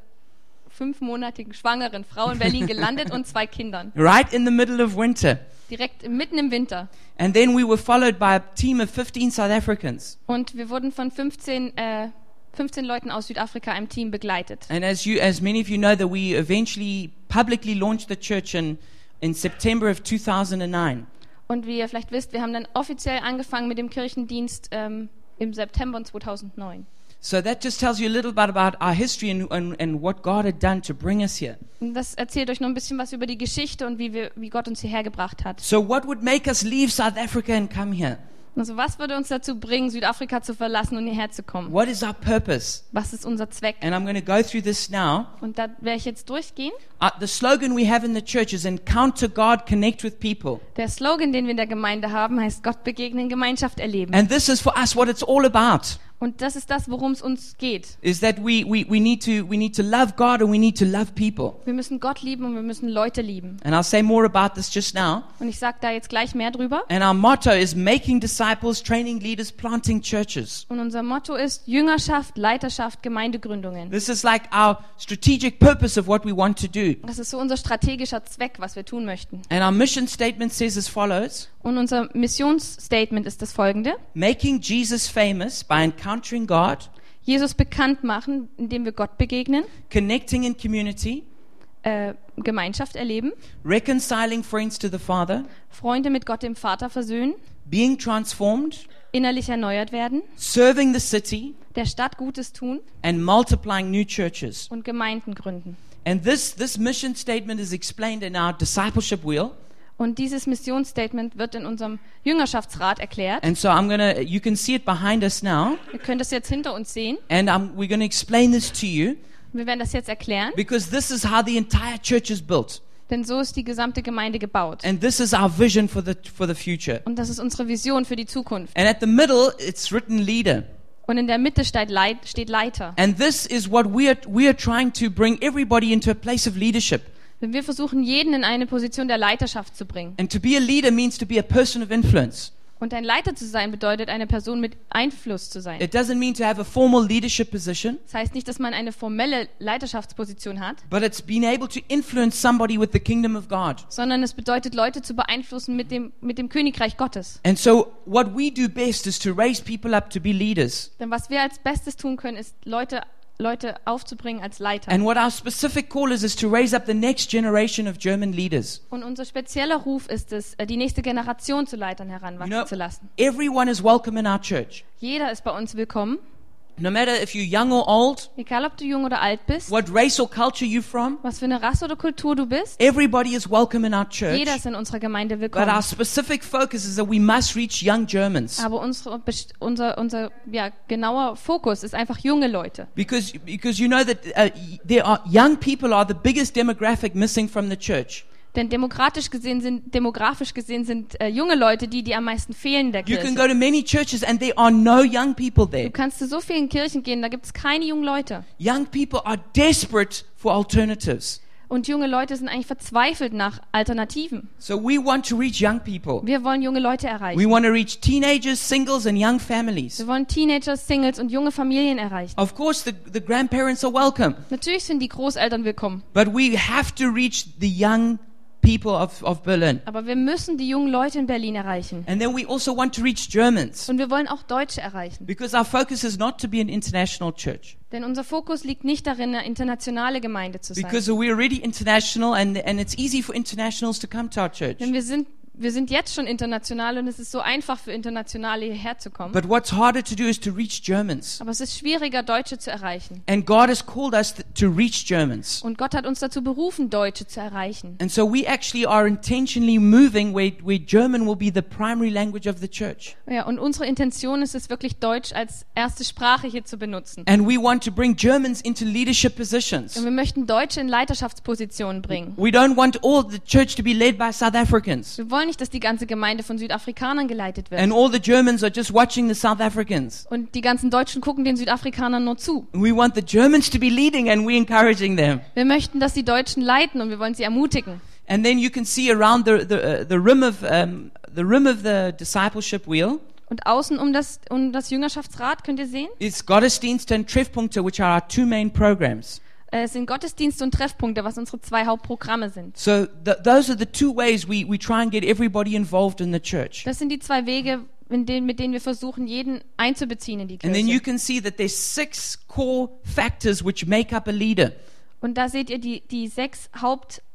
Speaker 2: fünfmonatigen schwangeren Frau in Berlin gelandet und zwei Kindern.
Speaker 1: Right in the middle of winter.
Speaker 2: Direkt mitten im Winter.
Speaker 1: And then we were followed by a team of 15 South Africans.
Speaker 2: Und wir wurden von 15, äh, 15 Leuten aus Südafrika im Team begleitet.
Speaker 1: And as you, as many of you know, that we eventually publicly launched the church in, in September of 2009.
Speaker 2: Und wie ihr vielleicht wisst, wir haben dann offiziell angefangen mit dem Kirchendienst ähm, im September 2009.
Speaker 1: So that just tells you a little bit about our history and, and, and what God had done to bring us here.
Speaker 2: Und das erzählt euch noch ein bisschen was über die Geschichte und wie, wir, wie Gott uns hierher gebracht hat.
Speaker 1: So what would make us leave South Africa and come here?
Speaker 2: Also was würde uns dazu bringen, Südafrika zu verlassen und hierher zu kommen?
Speaker 1: What is our purpose?
Speaker 2: Was ist unser Zweck?
Speaker 1: And I'm going to go through this now.
Speaker 2: Und da werde ich jetzt durchgehen.
Speaker 1: Uh, the slogan we have in the church is encounter God, connect with people.
Speaker 2: Der Slogan, den wir in der Gemeinde haben, heißt Gott begegnen, Gemeinschaft erleben.
Speaker 1: And this is for us what it's all about.
Speaker 2: Und das ist das, worum es uns geht.
Speaker 1: Is that we, we, we need to we need to love God and we need to love people.
Speaker 2: Wir müssen Gott lieben und wir müssen Leute lieben.
Speaker 1: And I'll say more about this just now.
Speaker 2: Und ich sage da jetzt gleich mehr drüber.
Speaker 1: And our motto is making disciples, training leaders, planting churches.
Speaker 2: Und unser Motto ist Jüngerschaft, Leiterschaft, Gemeindegründungen.
Speaker 1: This is like our strategic purpose of what we want to do.
Speaker 2: Das ist so unser strategischer Zweck, was wir tun möchten.
Speaker 1: And our mission statement says as follows
Speaker 2: Und unser Missionsstatement ist das folgende.
Speaker 1: Making Jesus famous by encountering God,
Speaker 2: Jesus bekannt machen, indem wir Gott begegnen,
Speaker 1: connecting in community,
Speaker 2: äh, Gemeinschaft erleben,
Speaker 1: reconciling friends to the Father,
Speaker 2: Freunde mit Gott dem Vater versöhnen,
Speaker 1: being transformed,
Speaker 2: innerlich erneuert werden,
Speaker 1: serving the city,
Speaker 2: der Stadt Gutes tun
Speaker 1: and multiplying new churches.
Speaker 2: und Gemeinden gründen.
Speaker 1: And this, this mission statement is explained in our discipleship wheel.
Speaker 2: Und dieses Missionsstatement wird in unserem Jüngerschaftsrat erklärt.
Speaker 1: And so I'm going to, you can see it behind us now.
Speaker 2: Ihr könnt das jetzt hinter uns sehen.
Speaker 1: And um, we're going to explain this to you
Speaker 2: Wir werden das jetzt erklären,
Speaker 1: because this is how the entire church is built.
Speaker 2: denn so ist die gesamte Gemeinde gebaut.
Speaker 1: And this is our vision for the, for the future.
Speaker 2: Und das ist unsere Vision für die Zukunft.
Speaker 1: And at the middle, it's written leader.
Speaker 2: Und in der Mitte steht, Leit steht Leiter.
Speaker 1: And this is what we are, we are trying to bring everybody into a place of leadership.
Speaker 2: Denn wir versuchen, jeden in eine Position der Leiterschaft zu bringen.
Speaker 1: And to be a leader means to be a person of influence.
Speaker 2: Und ein Leiter zu sein bedeutet, eine Person mit Einfluss zu sein.
Speaker 1: It doesn't mean to have a formal leadership position,
Speaker 2: Das heißt nicht, dass man eine formelle Leiterschaftsposition hat,
Speaker 1: but it's being able to influence somebody with the kingdom of God.
Speaker 2: sondern es bedeutet, Leute zu beeinflussen mit dem, mit dem Königreich Gottes.
Speaker 1: And so, what we do best is to raise people up to be leaders.
Speaker 2: Denn was wir als Bestes tun können, ist, Leute, Leute aufzubringen als Leiter.
Speaker 1: And what our specific call is, is to raise up the next generation of German leaders.
Speaker 2: Und unser spezieller Ruf ist es, äh, die nächste Generation zu Leitern heranwachsen
Speaker 1: You know-
Speaker 2: zu lassen.
Speaker 1: Everyone is welcome in our church.
Speaker 2: Jeder ist bei uns willkommen,
Speaker 1: No matter if you're young or old,
Speaker 2: egal ob du jung oder alt bist,
Speaker 1: what race or culture you're from,
Speaker 2: was für eine Rasse oder Kultur du bist.
Speaker 1: everybody is welcome in our church.
Speaker 2: Jeder ist in unserer Gemeinde
Speaker 1: But also- our
Speaker 2: willkommen.
Speaker 1: specific focus is that we must reach young Germans.
Speaker 2: Aber unsere, best- unser, unser ja, genauer Fokus ist einfach junge Leute.
Speaker 1: Because, because you know that uh, y- there are, young people are the biggest demographic missing from the church.
Speaker 2: Denn demokratisch gesehen sind, demografisch gesehen sind äh, junge Leute die, die am meisten fehlen in der
Speaker 1: You can
Speaker 2: Kirche.
Speaker 1: go to many churches and there are no young people
Speaker 2: Du
Speaker 1: there.
Speaker 2: kannst zu so vielen Kirchen gehen, da gibt es keine jungen Leute.
Speaker 1: Young people are desperate for alternatives.
Speaker 2: Und junge Leute sind eigentlich verzweifelt nach Alternativen.
Speaker 1: So we want to reach young people.
Speaker 2: Wir wollen junge Leute
Speaker 1: We
Speaker 2: erreichen.
Speaker 1: want to reach teenagers, singles, and young families.
Speaker 2: Wir wollen Teenager, Singles und junge Familien erreichen.
Speaker 1: Of course, the, the grandparents are welcome,
Speaker 2: Natürlich sind die Großeltern willkommen,
Speaker 1: but we have to reach the young people of, of Berlin.
Speaker 2: aber wir müssen die jungen Leute in Berlin erreichen.
Speaker 1: And then we also want to reach Germans
Speaker 2: Und wir wollen auch Deutsche erreichen.
Speaker 1: because our focus is not to be an international church.
Speaker 2: Denn unser Fokus liegt nicht darin, eine internationale Gemeinde zu sein.
Speaker 1: Because we're already international and, and it's easy for internationals to come to our church.
Speaker 2: Denn wir sind wir sind jetzt schon international und es ist so einfach für Internationale hierher zu kommen.
Speaker 1: But what's harder to do is to reach Germans.
Speaker 2: Aber es ist schwieriger, Deutsche zu erreichen.
Speaker 1: And God has called us th- to reach Germans.
Speaker 2: Und Gott hat uns dazu berufen, Deutsche zu erreichen.
Speaker 1: And so we actually are intentionally moving where, where German will be the primary language of the church.
Speaker 2: Ja, und unsere Intention ist es wirklich, Deutsch als erste Sprache hier zu benutzen.
Speaker 1: And we want to bring Germans into leadership positions.
Speaker 2: Und wir möchten Deutsche in Leiterschaftspositionen bringen.
Speaker 1: We don't want all the church to be led by South Africans.
Speaker 2: Wir wollen nicht, dass die ganze Gemeinde von Südafrikanern geleitet wird.
Speaker 1: And all the Germans are just watching the South Africans.
Speaker 2: Und die ganzen Deutschen gucken den Südafrikanern nur zu.
Speaker 1: We want the Germans to be leading and we're encouraging them.
Speaker 2: Wir möchten, dass die Deutschen leiten und wir wollen sie ermutigen.
Speaker 1: And then you can see around the, the, uh, the, rim, of, um, the rim of the discipleship wheel,
Speaker 2: Und außen um das, um das Jüngerschaftsrat könnt ihr sehen,
Speaker 1: it's Gottesdienste and Treffpunkte, which are our two main programs.
Speaker 2: äh, es sind Gottesdienste und Treffpunkte, was unsere zwei Hauptprogramme sind.
Speaker 1: So th- those are the two ways we, we try and get everybody involved in the church.
Speaker 2: Das sind die zwei Wege, in denen, mit denen wir versuchen, jeden einzubeziehen in die
Speaker 1: And then you
Speaker 2: Kirche.
Speaker 1: can see that there's six core factors which make up a leader.
Speaker 2: Und da seht ihr die, die sechs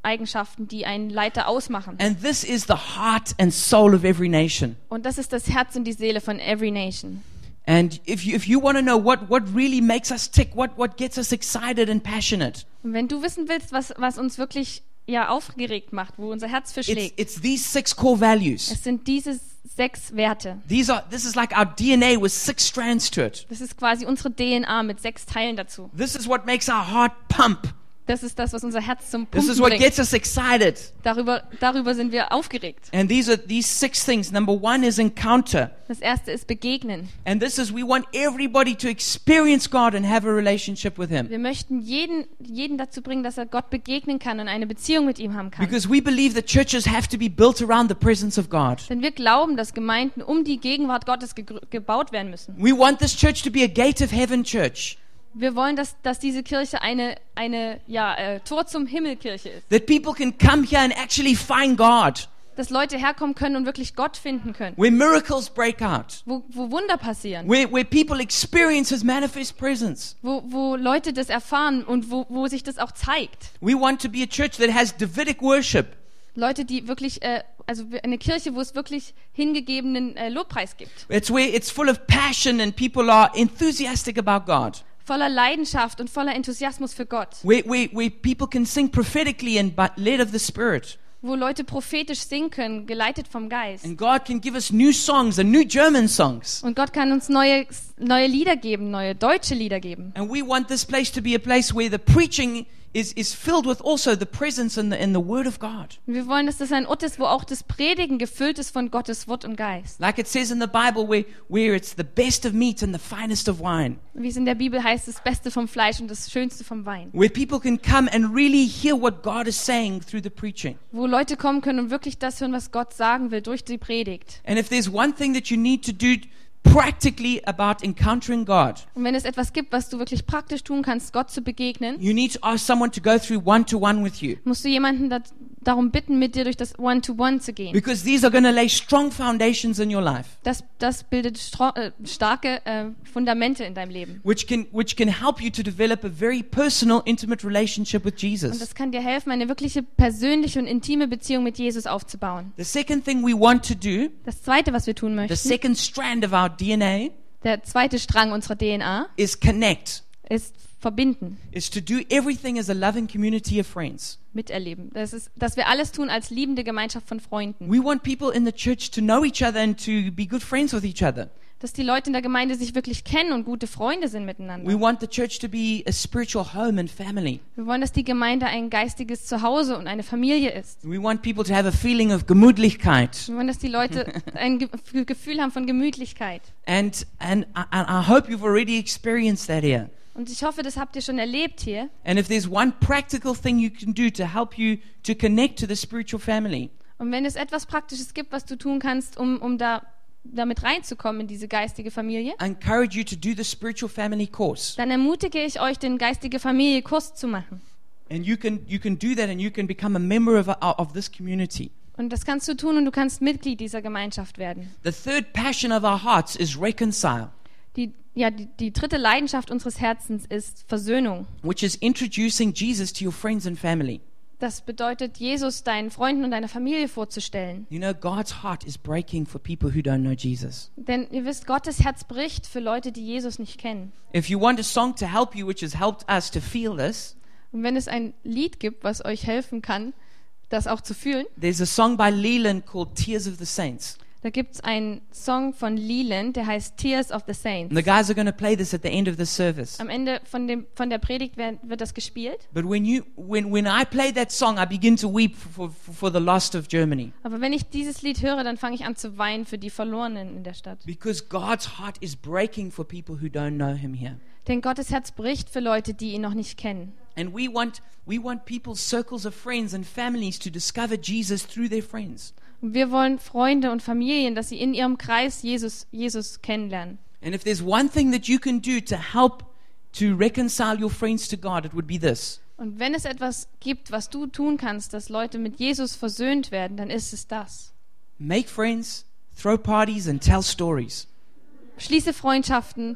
Speaker 2: Haupteigenschaften, die einen Leiter ausmachen.
Speaker 1: And this is the heart and soul of every nation.
Speaker 2: Und das ist das Herz und die Seele von Every Nation.
Speaker 1: And if you, if you want to know what, what really makes us tick, what, what gets us excited and passionate,
Speaker 2: Und wenn du wissen willst, was, was uns wirklich ja aufgeregt macht, wo unser Herz für
Speaker 1: it's,
Speaker 2: schlägt,
Speaker 1: it's these six core values.
Speaker 2: es sind diese sechs Werte.
Speaker 1: These are, this is like our DNA with six strands to it.
Speaker 2: Das ist quasi unsere DNA mit sechs Teilen dazu.
Speaker 1: This is what makes our heart pump.
Speaker 2: Das ist das, was unser Herz zum
Speaker 1: This
Speaker 2: Pumpen
Speaker 1: is what
Speaker 2: bringt.
Speaker 1: gets us excited.
Speaker 2: Darüber, darüber sind wir aufgeregt.
Speaker 1: And these are these six things. Number one is encounter.
Speaker 2: Das erste ist Begegnen.
Speaker 1: And this is we want everybody to experience God and have a relationship with Him.
Speaker 2: Wir möchten jeden, jeden dazu bringen, dass er Gott begegnen kann und eine Beziehung mit ihm haben kann.
Speaker 1: Because we believe that churches have to be built around the presence of God.
Speaker 2: Denn wir glauben, dass Gemeinden um die Gegenwart Gottes gegrü- gebaut werden müssen.
Speaker 1: We want this church to be a gate of heaven church.
Speaker 2: Wir wollen, dass, dass diese Kirche eine, eine ja, äh, Tor zum Himmelkirche ist.
Speaker 1: That people can come here and actually find God.
Speaker 2: Dass Leute herkommen können und wirklich Gott finden können.
Speaker 1: Where miracles break out.
Speaker 2: Wo, wo Wunder passieren.
Speaker 1: Where, where people experience His manifest presence.
Speaker 2: Wo, wo Leute das erfahren und wo, wo sich das auch zeigt.
Speaker 1: We want to be a church that has Davidic worship.
Speaker 2: Leute, die wirklich, äh, also wir- eine Kirche, wo es wirklich hingegebenen äh, Lobpreis gibt.
Speaker 1: It's where it's full of passion and people are enthusiastic about God.
Speaker 2: Voller Leidenschaft und voller Enthusiasmus für Gott.
Speaker 1: Where, where, where people can sing prophetically and but led of the Spirit.
Speaker 2: Wo Leute prophetisch singen können, geleitet vom Geist.
Speaker 1: And God can give us new songs and new German songs.
Speaker 2: Und Gott kann uns neue, neue Lieder geben, neue deutsche Lieder geben.
Speaker 1: And we want this place to be a place where the preaching is, is filled with also the presence and the, and the Word of God.
Speaker 2: Und wir wollen, dass das ein Ort ist, wo auch das Predigen gefüllt ist von Gottes Wort und Geist.
Speaker 1: Like it says in the Bible, where, where it's the best of meat and the finest of wine.
Speaker 2: Wie es in der Bibel heißt, das Beste vom Fleisch und das Schönste vom Wein.
Speaker 1: Where people can come and really hear what God is saying through the preaching.
Speaker 2: Wo Leute kommen können und wirklich das hören, was Gott sagen will durch die Predigt.
Speaker 1: And if there's one thing that you need to do practically about encountering God,
Speaker 2: Und wenn es etwas gibt, was du wirklich praktisch tun kannst, Gott zu begegnen,
Speaker 1: you need to ask someone to go through one to one with you.
Speaker 2: musst du jemanden da, darum bitten, mit dir durch das One-to-One zu gehen.
Speaker 1: Because these are going to lay strong foundations in your life,
Speaker 2: Das, das bildet stro- äh, starke äh, Fundamente in deinem Leben.
Speaker 1: which can, which can help you to develop a very personal, intimate relationship with
Speaker 2: Und
Speaker 1: Jesus.
Speaker 2: das kann dir helfen, eine wirkliche persönliche und intime Beziehung mit Jesus aufzubauen.
Speaker 1: The second thing we want to do,
Speaker 2: Das Zweite, was wir tun
Speaker 1: the
Speaker 2: möchten,
Speaker 1: second strand of our DNA,
Speaker 2: der zweite Strang unserer DNA,
Speaker 1: is connect,
Speaker 2: ist verbinden,
Speaker 1: is to do everything as a loving community of friends.
Speaker 2: miterleben. Das ist, dass wir alles tun als liebende Gemeinschaft von Freunden.
Speaker 1: We want people in the church to know each other and to be good friends with each other.
Speaker 2: Dass die Leute in der Gemeinde sich wirklich kennen und gute Freunde sind miteinander.
Speaker 1: We want the church to be a spiritual home and family.
Speaker 2: Wir wollen, dass die Gemeinde ein geistiges Zuhause und eine Familie ist.
Speaker 1: We want people to have a feeling of Gemütlichkeit.
Speaker 2: Wir wollen, dass die Leute ein Ge F- Gefühl haben von Gemütlichkeit.
Speaker 1: And, and I, I I hope you've already experienced that here.
Speaker 2: Und ich hoffe, das habt ihr schon erlebt hier.
Speaker 1: And if there's one practical thing you can do to help you to connect to the spiritual family,
Speaker 2: Und wenn es etwas Praktisches gibt, was du tun kannst, um, um da damit reinzukommen in diese geistige Familie,
Speaker 1: I encourage you to do the spiritual family course.
Speaker 2: dann ermutige ich euch, den geistige Familie Kurs zu machen.
Speaker 1: And you can, you can do that and you can become a member of, our- of this community.
Speaker 2: Und das kannst du tun und du kannst Mitglied dieser Gemeinschaft werden.
Speaker 1: The third passion of our hearts is reconcile,
Speaker 2: Die, ja, die, die dritte Leidenschaft unseres Herzens ist Versöhnung.
Speaker 1: which is introducing Jesus to your friends and family.
Speaker 2: Das bedeutet, Jesus deinen Freunden und deiner Familie vorzustellen.
Speaker 1: You know, God's heart is breaking for people who don't know Jesus.
Speaker 2: Denn ihr wisst, Gottes Herz bricht für Leute, die Jesus nicht kennen.
Speaker 1: If you want a song to help you, which has helped us to feel this,
Speaker 2: Und wenn es ein Lied gibt, was euch helfen kann, das auch zu fühlen,
Speaker 1: there's a song by Leland called Tears of the Saints.
Speaker 2: da gibt es einen Song von Leland, der heißt Tears of the Saints.
Speaker 1: And the guys are going to play this at the end of the service.
Speaker 2: Am Ende von, dem, von der Predigt werden, wird das gespielt.
Speaker 1: But when, you, when, when I play that song, I begin to weep for, for, for the lost of Germany.
Speaker 2: Aber wenn ich dieses Lied höre, dann fange ich an zu weinen für die Verlorenen in der Stadt.
Speaker 1: Because God's heart is breaking for people who don't know Him here.
Speaker 2: Denn Gottes Herz bricht für Leute, die ihn noch nicht kennen.
Speaker 1: And we want, we want people's circles of friends and families to discover Jesus through their friends.
Speaker 2: Und wir wollen Freunde und Familien, dass sie in ihrem Kreis Jesus, Jesus kennenlernen.
Speaker 1: And if there's one thing that you can do to help to reconcile your friends to God, it would be this
Speaker 2: Und wenn es etwas gibt, was du tun kannst, dass Leute mit Jesus versöhnt werden, dann ist es das.
Speaker 1: make friends, throw parties, and tell stories.
Speaker 2: Schließe Freundschaften.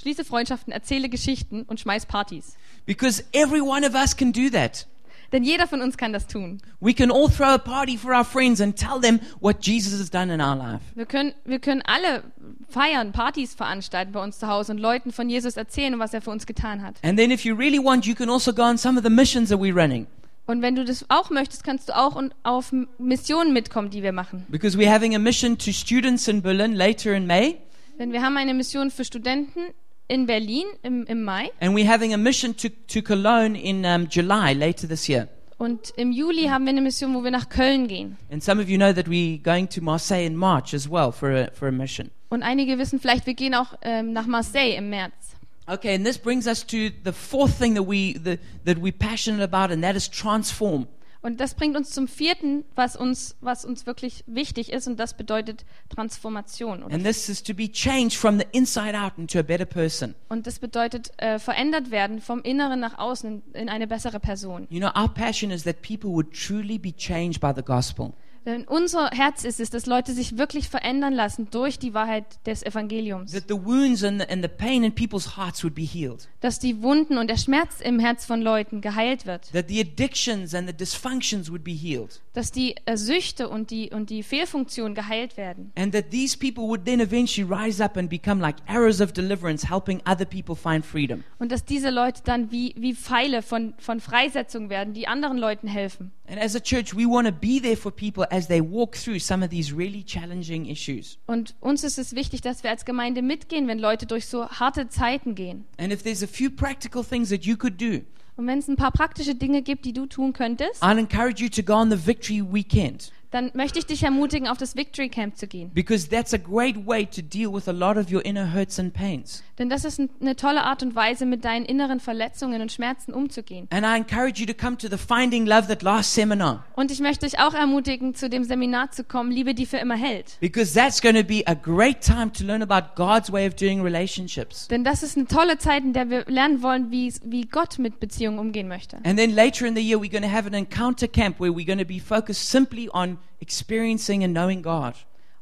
Speaker 2: Schließe Freundschaften, erzähle Geschichten und schmeiß Partys.
Speaker 1: Because every one of us can do that.
Speaker 2: Denn jeder von uns kann das tun.
Speaker 1: We can all throw a party for our friends and tell them what Jesus has done in our life.
Speaker 2: Wir können, wir können alle feiern, Partys veranstalten bei uns zu Hause und Leuten von Jesus erzählen, was er für uns getan hat.
Speaker 1: And then, if you really want, you can also go on some of the missions that we're running.
Speaker 2: Und wenn du das auch möchtest, kannst du auch und auf Missionen mitkommen, die wir machen.
Speaker 1: Because we're having a mission to students in Berlin later in May,
Speaker 2: Denn wir haben eine Mission für Studenten in Berlin im, im Mai
Speaker 1: and we're having a mission to, to Cologne in um, July later this year.
Speaker 2: und im Juli haben wir eine Mission, wo wir nach Köln gehen.
Speaker 1: And some of you know that we're going to Marseille in March as well for a, for a mission.
Speaker 2: Und einige wissen vielleicht, wir gehen auch ähm, nach Marseille im März.
Speaker 1: Okay, and this brings us to the fourth thing that we the, that we're passionate about, and that is transform.
Speaker 2: Und das bringt uns zum vierten, was uns, was uns wirklich wichtig ist, und das bedeutet Transformation. Oder?
Speaker 1: And this is to be changed from the inside out into a better person.
Speaker 2: Und das bedeutet äh, verändert werden vom Inneren nach außen in, in eine bessere Person.
Speaker 1: You know, our passion is that people would truly be changed by the gospel.
Speaker 2: Denn unser Herz ist es, dass Leute sich wirklich verändern lassen durch die Wahrheit des Evangeliums.
Speaker 1: That the wounds and the, and the pain in people's hearts would be healed.
Speaker 2: Dass die Wunden und der Schmerz im Herz von Leuten geheilt wird.
Speaker 1: That the addictions and the dysfunctions would be healed.
Speaker 2: Dass die äh, Süchte und die, und die Fehlfunktionen geheilt werden.
Speaker 1: And that these people would then eventually rise up and become like arrows of deliverance, helping other people find freedom.
Speaker 2: Und dass diese Leute dann wie, wie Pfeile von, von Freisetzung werden, die anderen Leuten helfen.
Speaker 1: And as a church, we want to be there for people as they walk through some of these really challenging issues.
Speaker 2: Und uns ist es wichtig, dass wir als Gemeinde mitgehen, wenn Leute durch so harte Zeiten gehen.
Speaker 1: And if there's a few practical things that you could do,
Speaker 2: Und wenn es ein paar praktische Dinge gibt, die du tun könntest,
Speaker 1: I'll encourage you to go on the victory weekend
Speaker 2: dann möchte ich dich ermutigen, auf das Victory Camp zu gehen.
Speaker 1: because that's a great way to deal with a lot of your inner hurts and pains.
Speaker 2: Denn das ist ein- eine tolle Art und Weise, mit deinen inneren Verletzungen und Schmerzen umzugehen.
Speaker 1: And I encourage you to come to the Finding Love That Last seminar
Speaker 2: Und ich möchte dich auch ermutigen, zu dem Seminar zu kommen, Liebe, die für immer hält.
Speaker 1: because that's going to be a great time to learn about God's way of doing relationships.
Speaker 2: Denn das ist eine tolle Zeit, in der wir lernen wollen, wie, wie Gott mit Beziehungen umgehen möchte.
Speaker 1: And then later in the year, we're going to have an encounter camp where we're going to be focused simply on experiencing and knowing God.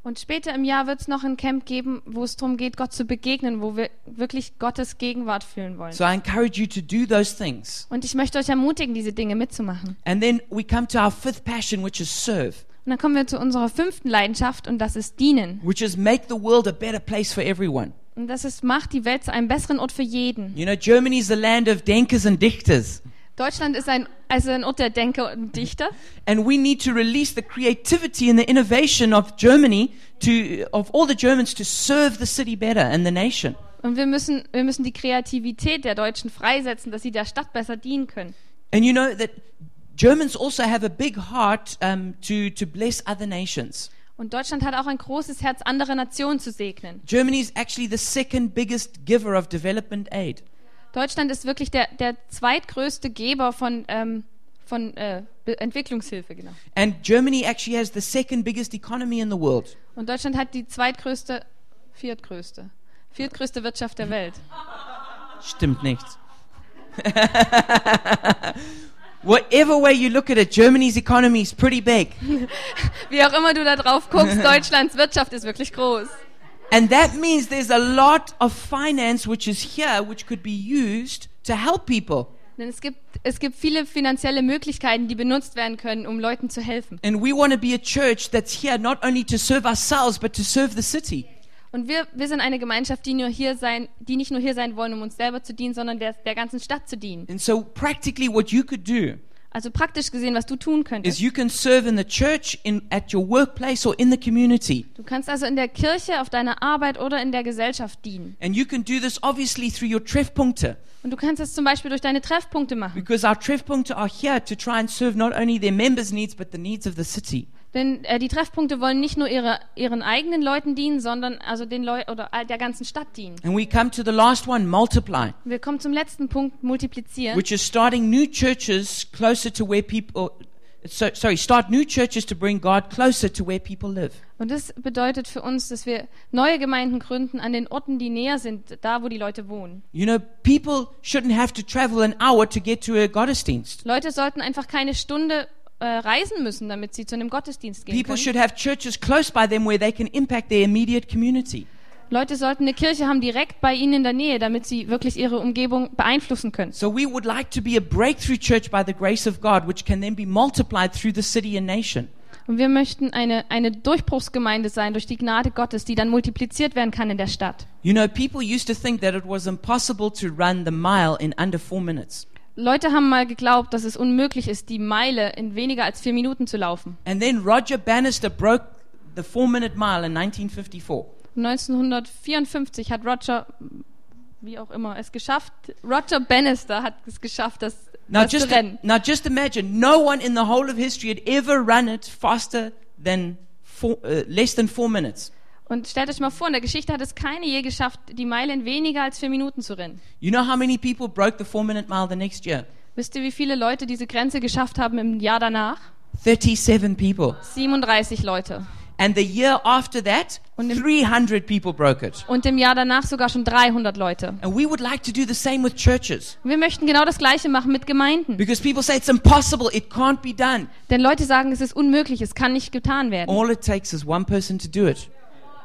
Speaker 2: Und später im Jahr wird es noch ein Camp geben, wo es darum geht, Gott zu begegnen, wo wir wirklich Gottes Gegenwart fühlen wollen.
Speaker 1: So I encourage you to do those things.
Speaker 2: Und ich möchte euch ermutigen, diese Dinge mitzumachen.
Speaker 1: And then we come to our fifth passion, which is serve,
Speaker 2: Und dann kommen wir zu unserer fünften Leidenschaft und das ist Dienen.
Speaker 1: which is make the world a better place for everyone.
Speaker 2: Und das ist, macht die Welt zu einem besseren Ort für jeden.
Speaker 1: You know, Germany is the land of Denkers and Dichters.
Speaker 2: Deutschland ist ein, also ein Ort der Denker und Dichter.
Speaker 1: And we need to release the creativity and the innovation of Germany to, of all the Germans to serve the city better and the nation.
Speaker 2: Und wir müssen, wir müssen die Kreativität der Deutschen freisetzen, dass sie der Stadt besser dienen können.
Speaker 1: And you know that Germans also have a big heart um, to, to bless other nations.
Speaker 2: Und Deutschland hat auch ein großes Herz, andere Nationen zu segnen.
Speaker 1: Germany is actually the second biggest giver of development aid.
Speaker 2: Deutschland ist wirklich der, der zweitgrößte Geber von, ähm, von äh, Be- Entwicklungshilfe, genau.
Speaker 1: And Germany actually has the second biggest economy in the world.
Speaker 2: Und Deutschland hat die zweitgrößte, viertgrößte, viertgrößte Wirtschaft der Welt.
Speaker 1: Stimmt nicht. Whatever way you look at it, Germany's economy is pretty big.
Speaker 2: Wie auch immer du da drauf guckst, Deutschlands Wirtschaft ist wirklich groß.
Speaker 1: And that means there's a lot of finance which is here which could be used to help people.
Speaker 2: Denn es gibt, es gibt viele finanzielle Möglichkeiten, die benutzt werden können, um Leuten zu helfen.
Speaker 1: And we want to be a church that's here not only to serve ourselves, but to serve the city.
Speaker 2: Und wir, wir sind eine Gemeinschaft, die, nur hier sein, die nicht nur hier sein wollen, um uns selber zu dienen, sondern der, der ganzen Stadt zu dienen.
Speaker 1: And so, practically, what you could do
Speaker 2: Also praktisch gesehen, was du tun
Speaker 1: is
Speaker 2: könntest.
Speaker 1: you can serve in the church, in, at your workplace, or in the community.
Speaker 2: Du kannst also in der Kirche, auf deiner Arbeit oder in der Gesellschaft dienen.
Speaker 1: And you can do this obviously through your Treffpunkte,
Speaker 2: Und du kannst das zum Beispiel durch deine Treffpunkte machen.
Speaker 1: because our Treffpunkte are here to try and serve not only their members' needs, but the needs of the city.
Speaker 2: Denn äh, die Treffpunkte wollen nicht nur ihre, ihren eigenen Leuten dienen, sondern also den Leu oder all- der ganzen Stadt dienen.
Speaker 1: And we come to the last one, multiply,
Speaker 2: Wir kommen zum letzten Punkt, multiplizieren.
Speaker 1: which is starting new churches closer to where people. So, sorry, start new churches to bring God closer to where people live.
Speaker 2: Und das bedeutet für uns, dass wir neue Gemeinden gründen an den Orten, die näher sind, da wo die Leute wohnen.
Speaker 1: You know, people shouldn't have to travel an hour to get to a Gottesdienst.
Speaker 2: Leute sollten einfach keine Stunde äh, reisen müssen, damit sie zu einem Gottesdienst gehen
Speaker 1: People
Speaker 2: können.
Speaker 1: should have churches close by them where they can impact their immediate community.
Speaker 2: Leute sollten eine Kirche haben direkt bei ihnen in der Nähe, damit sie wirklich ihre Umgebung beeinflussen können.
Speaker 1: So we would like to be a breakthrough church by the grace of God, which can then be multiplied through the city and nation.
Speaker 2: Und wir möchten eine, eine Durchbruchsgemeinde sein durch die Gnade Gottes, die dann multipliziert werden kann in der Stadt.
Speaker 1: You know, people used to think that it was impossible to run the mile in under four minutes.
Speaker 2: Leute haben mal geglaubt, dass es unmöglich ist, die Meile in weniger als vier Minuten zu laufen.
Speaker 1: And then Roger Bannister broke the four minute mile in 1954.
Speaker 2: 1954 hat Roger, wie auch immer, es geschafft. Roger Bannister hat es geschafft, das,
Speaker 1: Now
Speaker 2: das
Speaker 1: just,
Speaker 2: zu rennen.
Speaker 1: now just imagine, no one in the whole of history had ever run it faster than four, uh, less than four minutes.
Speaker 2: Und stellt euch mal vor, in der Geschichte hat es keine je geschafft, die Meile in weniger als vier Minuten zu rennen.
Speaker 1: You know how many people broke the four minute mile the next year?
Speaker 2: Wisst ihr, wie viele Leute diese Grenze geschafft haben im Jahr danach?
Speaker 1: 37 people.
Speaker 2: 37 Leute.
Speaker 1: And the year after that, 300 people broke it.
Speaker 2: Und im Jahr danach sogar schon 300 Leute.
Speaker 1: And we would like to do the same with churches.
Speaker 2: Wir möchten genau das Gleiche machen mit Gemeinden.
Speaker 1: Because people say it's impossible, it can't be done.
Speaker 2: Denn Leute sagen, es ist unmöglich, es kann nicht getan werden.
Speaker 1: All it takes is one person to do it.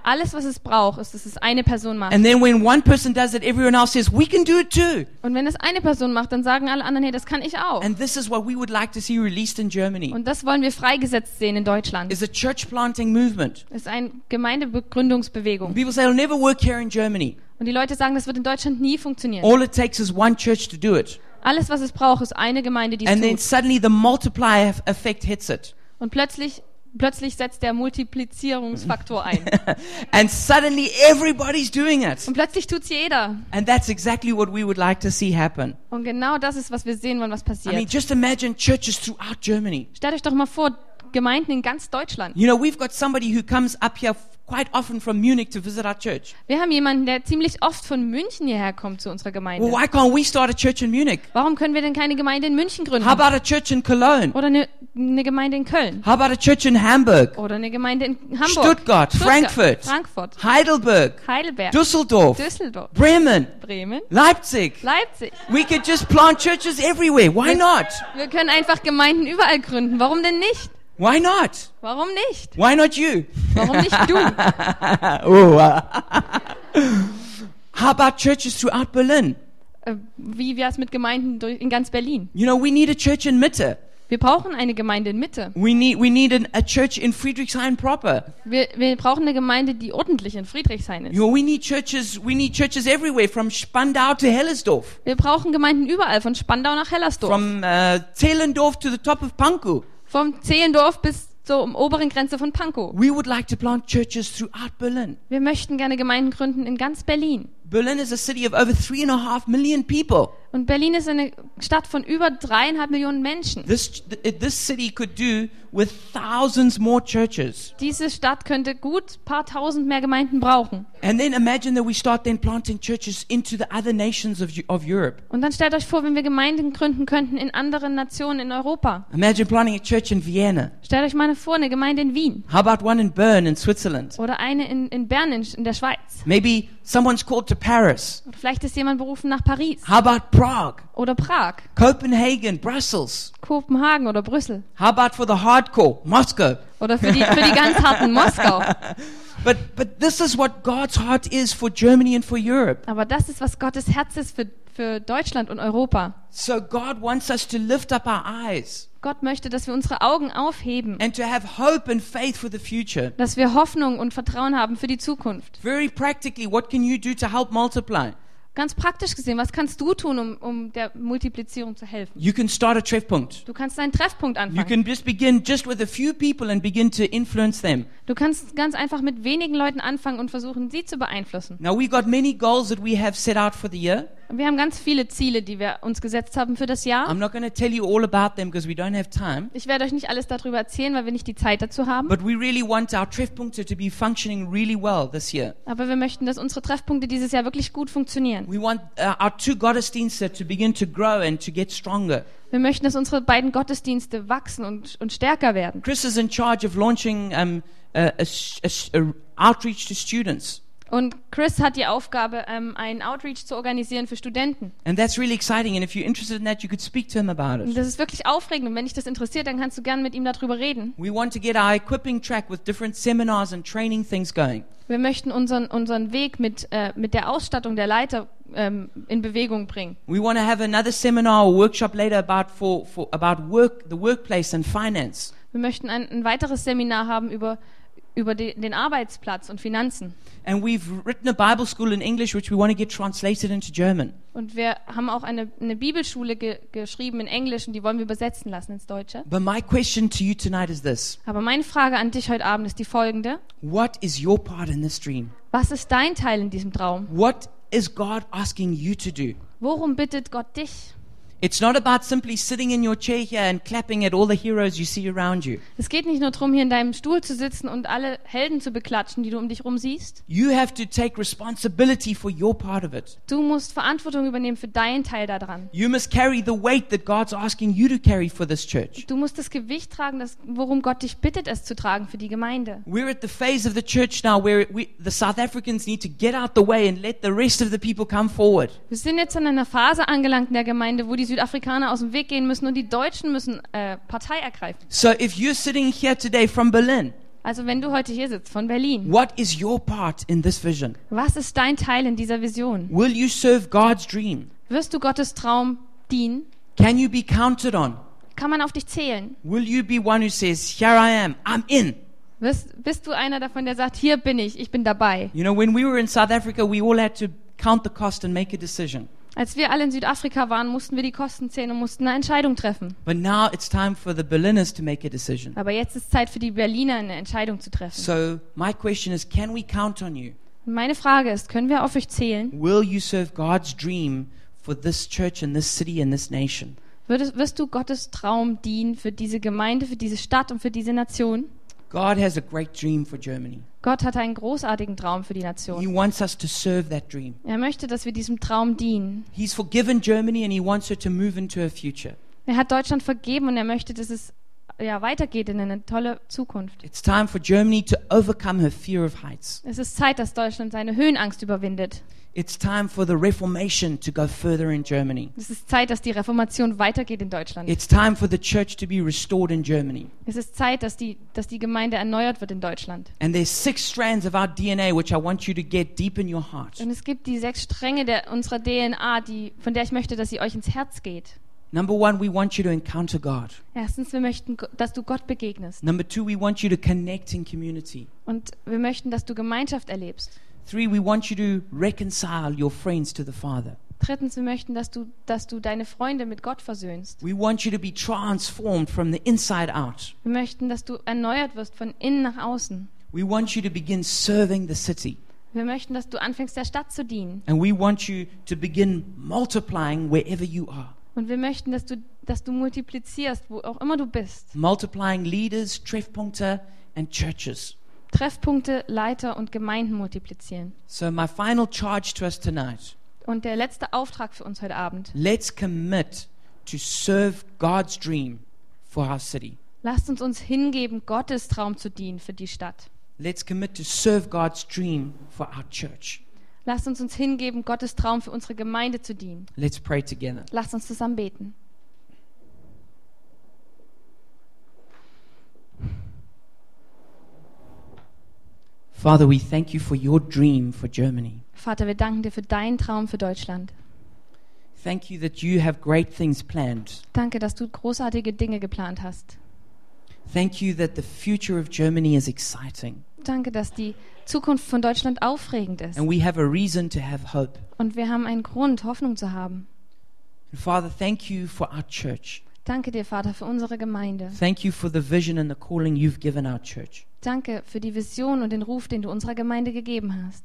Speaker 2: Alles, was es braucht, ist, dass es eine Person macht.
Speaker 1: And then when one person does it, everyone else says, we can do it too.
Speaker 2: Und wenn das eine Person macht, dann sagen alle anderen, hey, das kann ich auch.
Speaker 1: And this is what we would like to see released in Germany.
Speaker 2: Und das wollen wir freigesetzt sehen in Deutschland.
Speaker 1: Is a church planting movement.
Speaker 2: Es ist eine Gemeindegründungsbewegung.
Speaker 1: People say it'll never work here in Germany.
Speaker 2: Und die Leute sagen, das wird in Deutschland nie funktionieren.
Speaker 1: All it takes is one church to do it.
Speaker 2: Alles, was es braucht, ist eine Gemeinde, die es
Speaker 1: And then
Speaker 2: tut.
Speaker 1: suddenly the multiplier f- effect hits it.
Speaker 2: Und plötzlich, plötzlich setzt der Multiplizierungsfaktor ein.
Speaker 1: And suddenly everybody's doing it.
Speaker 2: Und plötzlich tut's jeder.
Speaker 1: And that's exactly what we would like to see happen.
Speaker 2: Und genau das ist, was wir sehen wollen, was
Speaker 1: I mean,
Speaker 2: passiert.
Speaker 1: just imagine churches throughout Germany.
Speaker 2: Stellt euch doch mal vor, Gemeinden in ganz Deutschland.
Speaker 1: You know, we've got somebody who comes up here f- quite often from Munich to visit our church.
Speaker 2: Wir haben jemanden, der ziemlich oft von München hierher kommt zu unserer
Speaker 1: Well,
Speaker 2: Gemeinde.
Speaker 1: why can't we start a church in Munich?
Speaker 2: Warum können wir denn keine Gemeinde in München gründen?
Speaker 1: How about a church in Cologne?
Speaker 2: Oder eine, eine Gemeinde in Köln?
Speaker 1: How about a church in Hamburg,
Speaker 2: Oder eine Gemeinde in Hamburg?
Speaker 1: Stuttgart, Frankfurt.
Speaker 2: Frankfurt,
Speaker 1: Heidelberg,
Speaker 2: Heidelberg,
Speaker 1: Dusseldorf,
Speaker 2: Düsseldorf,
Speaker 1: Bremen,
Speaker 2: Bremen,
Speaker 1: Leipzig?
Speaker 2: Leipzig.
Speaker 1: We could just plant churches everywhere. Why not?
Speaker 2: Wir können einfach Gemeinden überall gründen. Warum denn nicht?
Speaker 1: Why not?
Speaker 2: Warum nicht?
Speaker 1: Why not you?
Speaker 2: Warum nicht du?
Speaker 1: Oh, uh, How about churches throughout Berlin?
Speaker 2: Äh, Wie wär's mit Gemeinden durch- in ganz Berlin?
Speaker 1: You know, we need a church in Mitte.
Speaker 2: Wir brauchen eine Gemeinde in Mitte.
Speaker 1: We need we need an, a church in Friedrichshain proper.
Speaker 2: Wir, wir brauchen eine Gemeinde, die ordentlich in Friedrichshain
Speaker 1: You
Speaker 2: ist.
Speaker 1: know, we need churches. We need churches everywhere, from Spandau to Hellersdorf,
Speaker 2: Wir brauchen Gemeinden überall, von Spandau nach Hellersdorf, vom,
Speaker 1: from uh, Zehlendorf to the top of Pankow.
Speaker 2: Zehlendorf bis zur oberen Grenze von Pankow.
Speaker 1: We would like to plant churches throughout Berlin.
Speaker 2: Wir möchten gerne Gemeinden gründen in ganz Berlin.
Speaker 1: Berlin is a city of over three and a half million people.
Speaker 2: Und Berlin ist eine Stadt von über dreieinhalb Millionen Menschen.
Speaker 1: This th- this city could do with thousands more churches.
Speaker 2: Diese Stadt könnte gut paar tausend mehr Gemeinden brauchen.
Speaker 1: And then imagine that we start then planting churches into the other nations of Eu- of Europe.
Speaker 2: Und dann stellt euch vor, wenn wir Gemeinden gründen könnten in anderen Nationen in Europa.
Speaker 1: Imagine planting a church in Vienna.
Speaker 2: Stellt euch mal vor, eine Gemeinde in Wien
Speaker 1: How about one in Bern in Switzerland?
Speaker 2: oder eine in, in Bern in, in der Schweiz.
Speaker 1: Maybe someone's called to Paris.
Speaker 2: Oder vielleicht ist jemand berufen nach Paris
Speaker 1: How about Prague,
Speaker 2: oder Prag,
Speaker 1: Copenhagen, Brussels?
Speaker 2: Kopenhagen oder Brüssel.
Speaker 1: How about for the hardcore, Moscow?
Speaker 2: Oder für die, für die ganz harten Moskau.
Speaker 1: But, but this is what God's heart is for Germany and for Europe.
Speaker 2: Aber das ist, was Gottes Herz ist für, für Deutschland und Europa.
Speaker 1: So God wants us to lift up our eyes
Speaker 2: Gott möchte, dass wir unsere Augen aufheben,
Speaker 1: and to have hope and faith for the future.
Speaker 2: dass wir Hoffnung und Vertrauen haben für die Zukunft.
Speaker 1: Very practically, what can you do to help multiply?
Speaker 2: Ganz praktisch gesehen, was kannst du tun, um, um der Multiplizierung zu helfen?
Speaker 1: You can start a Treffpunkt.
Speaker 2: Du kannst einen Treffpunkt
Speaker 1: You
Speaker 2: anfangen.
Speaker 1: can just begin just with a few people and begin to influence them.
Speaker 2: Du kannst ganz einfach mit wenigen Leuten anfangen und versuchen, sie zu beeinflussen.
Speaker 1: Now we got many goals that we have set out for the year.
Speaker 2: Wir haben ganz viele Ziele, die wir uns gesetzt haben für das Jahr.
Speaker 1: I'm not going to tell you all about them because we don't have time.
Speaker 2: Ich werde euch nicht alles darüber erzählen, weil wir nicht die Zeit dazu haben.
Speaker 1: But we really want our Treffpunkte to be functioning really well this year.
Speaker 2: Aber wir möchten, dass unsere Treffpunkte dieses Jahr wirklich gut funktionieren.
Speaker 1: We want uh, our two Gottesdienste to begin to grow and to get stronger.
Speaker 2: Wir möchten, dass unsere beiden Gottesdienste wachsen und, und stärker werden.
Speaker 1: Chris is in charge of launching um, a, a, sh- a, sh- a outreach to students,
Speaker 2: Und Chris hat die Aufgabe, ähm, einen Outreach zu organisieren für Studenten.
Speaker 1: and that's really exciting. And if you're interested in that, you could speak to him about
Speaker 2: Und
Speaker 1: it.
Speaker 2: das ist wirklich aufregend. Und wenn dich das interessiert, dann kannst du gerne mit ihm darüber reden.
Speaker 1: We want to get our equipping track with different seminars and training things going.
Speaker 2: Wir möchten unseren, unseren Weg mit, äh, mit der Ausstattung der Leiter ähm, in Bewegung bringen.
Speaker 1: We want to have another seminar or workshop later about for, for about work, the workplace, and finance.
Speaker 2: Wir möchten ein, ein weiteres Seminar haben über, über die, den Arbeitsplatz und Finanzen.
Speaker 1: And we've written a Bible school in English, which we want to get translated into German.
Speaker 2: Und wir haben auch eine, eine Bibelschule ge geschrieben in Englisch und die wollen wir übersetzen lassen ins Deutsche.
Speaker 1: But my question to you tonight is this:
Speaker 2: Aber meine Frage an dich heute Abend ist die folgende.
Speaker 1: What is your part in this dream?
Speaker 2: Was ist dein Teil in diesem Traum?
Speaker 1: What is God asking you to do?
Speaker 2: Worum bittet Gott dich?
Speaker 1: It's not about simply sitting in your chair here and clapping at all the heroes you see around you.
Speaker 2: Es geht nicht nur darum, hier in deinem Stuhl zu sitzen und alle Helden zu beklatschen, die du um dich rum siehst.
Speaker 1: You have to take responsibility for your part of it.
Speaker 2: Du musst Verantwortung übernehmen für deinen Teil daran.
Speaker 1: You must carry the weight that God's asking you to carry for this church.
Speaker 2: Du musst das Gewicht tragen, das, worum Gott dich bittet, es zu tragen für die Gemeinde.
Speaker 1: We're at the phase of the church now where we, the South Africans need to get out the way and let the rest of the people come forward.
Speaker 2: Wir sind jetzt an einer Phase angelangt in der Gemeinde, wo die Südafrikaner aus dem Weg gehen müssen und die Deutschen müssen äh, Partei ergreifen.
Speaker 1: So if you're sitting here today from Berlin,
Speaker 2: Also wenn du heute hier sitzt von Berlin,
Speaker 1: what is your part in this vision?
Speaker 2: was ist dein Teil in dieser Vision?
Speaker 1: Will you serve God's dream?
Speaker 2: Wirst du Gottes Traum dienen?
Speaker 1: Can you be counted on?
Speaker 2: Kann man auf dich zählen?
Speaker 1: Will you be one who says, Here I am, I'm in?
Speaker 2: Wirst, bist du einer davon, der sagt, hier bin ich, ich bin dabei?
Speaker 1: You know, when we were in South Africa, we all had to count the cost and make a decision.
Speaker 2: Als wir alle in Südafrika waren, mussten wir die Kosten zählen und mussten eine Entscheidung treffen.
Speaker 1: But now it's time for the Berliners to make a decision.
Speaker 2: Aber jetzt ist Zeit für die Berliner, eine Entscheidung zu treffen.
Speaker 1: So, my question is can we count on you?
Speaker 2: Und meine Frage ist, können wir auf euch zählen?
Speaker 1: Will you serve God's dream for this church and this city and this nation?
Speaker 2: Würdest, wirst du Gottes Traum dienen für diese Gemeinde, für diese Stadt und für diese Nation?
Speaker 1: God has a great dream for Germany.
Speaker 2: Gott hat einen großartigen Traum für die
Speaker 1: He
Speaker 2: Nation.
Speaker 1: wants us to serve that dream.
Speaker 2: Er möchte, dass wir diesem Traum dienen.
Speaker 1: He's forgiven Germany and he wants her to move into her future.
Speaker 2: Er hat Deutschland vergeben und er möchte, dass es ja, weitergeht in eine tolle Zukunft.
Speaker 1: It's time for Germany to overcome her fear of heights.
Speaker 2: Es ist Zeit, dass Deutschland seine Höhenangst überwindet.
Speaker 1: It's time for the Reformation to go further in Germany.
Speaker 2: Es ist Zeit, dass die Reformation weitergeht in Deutschland.
Speaker 1: It's time for the church to be restored in Germany.
Speaker 2: Es ist Zeit, dass die, dass die Gemeinde erneuert wird in Deutschland.
Speaker 1: And there's six strands of our DNA which I want you to get deep in your heart.
Speaker 2: Und es gibt die sechs Stränge der, unserer DNA, die, von der ich möchte, dass sie euch ins Herz geht.
Speaker 1: Number one, we want you to encounter God.
Speaker 2: Erstens, wir möchten, Go- dass du Gott begegnest.
Speaker 1: Number two, we want you to connect in community.
Speaker 2: Und wir möchten, dass du Gemeinschaft erlebst.
Speaker 1: Three, we want you to reconcile your friends to the Father.
Speaker 2: Drittens, wir möchten, dass du, dass du deine Freunde mit Gott versöhnst.
Speaker 1: We want you to be transformed from the inside out.
Speaker 2: Wir möchten, dass du erneuert wirst von innen nach außen.
Speaker 1: We want you to begin serving the city.
Speaker 2: Wir möchten, dass du anfängst, der Stadt zu dienen.
Speaker 1: And we want you to begin multiplying wherever you are.
Speaker 2: Und wir möchten, dass du, dass du multiplizierst, wo auch immer du bist.
Speaker 1: Multiplying leaders, Treffpunkte, and churches.
Speaker 2: Treffpunkte, Leiter und Gemeinden multiplizieren.
Speaker 1: So, my final charge to us tonight
Speaker 2: Und der letzte Auftrag für uns heute Abend.
Speaker 1: let's commit to serve God's dream for our city.
Speaker 2: Lasst uns uns hingeben, Gottes Traum zu dienen für die Stadt.
Speaker 1: Let's commit to serve God's dream for our church.
Speaker 2: Lasst uns uns hingeben, Gottes Traum für unsere Gemeinde zu dienen.
Speaker 1: Let's pray together.
Speaker 2: Lasst uns zusammen beten.
Speaker 1: Father, we thank you for your dream for Germany.
Speaker 2: Vater, wir danken dir für deinen Traum für Deutschland.
Speaker 1: Thank you that you have great things planned.
Speaker 2: Danke, dass du großartige Dinge geplant hast.
Speaker 1: Thank you that the future of Germany is exciting
Speaker 2: Danke, dass die Zukunft von Deutschland aufregend ist.
Speaker 1: and we have a reason to have hope.
Speaker 2: Und wir haben einen Grund, Hoffnung zu haben.
Speaker 1: And Father, thank you for our church.
Speaker 2: Danke dir, Vater, für unsere Gemeinde.
Speaker 1: Thank you for the vision and the calling you've given our church.
Speaker 2: Danke für die Vision und den Ruf, den du unserer Gemeinde gegeben hast.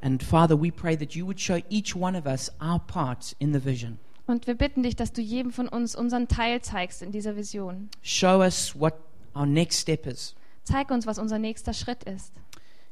Speaker 1: And Father, we pray that you would show each one of us our part in the vision.
Speaker 2: Und wir bitten dich, dass du jedem von uns unseren Teil zeigst in dieser Vision.
Speaker 1: Show us what our next step is
Speaker 2: Zeig uns, was unser nächster Schritt ist.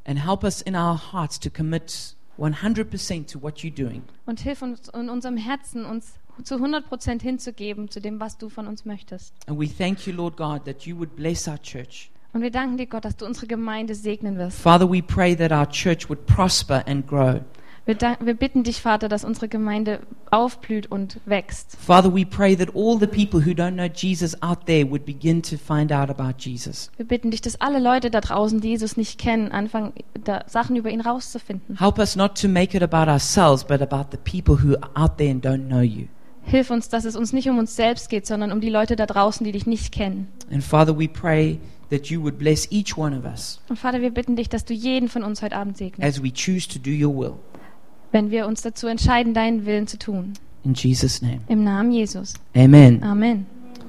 Speaker 1: and help us in our hearts to commit 100% to what you're doing.
Speaker 2: Und hilf uns in unserem Herzen, uns zu 100% hinzugeben zu dem, was du von uns möchtest.
Speaker 1: And we thank you, Lord God, that you would bless our church.
Speaker 2: Und wir danken dir, Gott, dass du unsere Gemeinde segnen wirst.
Speaker 1: Father, we pray that our church would prosper and grow.
Speaker 2: Wir, dank- wir bitten dich, Vater, dass unsere Gemeinde aufblüht und wächst.
Speaker 1: Father, we pray that all the people who don't know Jesus out there would begin to find out about Jesus.
Speaker 2: Wir bitten dich, dass alle Leute da draußen, die Jesus nicht kennen, anfangen, da Sachen über ihn rauszufinden.
Speaker 1: Help us not to make it about ourselves, but about the people who are out there and don't know you.
Speaker 2: Hilf uns, dass es uns nicht um uns selbst geht, sondern um die Leute da draußen, die dich nicht kennen.
Speaker 1: And Father, we pray that you would bless each one of us
Speaker 2: Und Vater, wir bitten dich, dass du jeden von uns heute Abend segnest,
Speaker 1: as we choose to do your will.
Speaker 2: wenn wir uns dazu entscheiden, deinen Willen zu tun.
Speaker 1: In Jesus' name.
Speaker 2: Im Namen Jesus.
Speaker 1: Amen.
Speaker 2: Amen.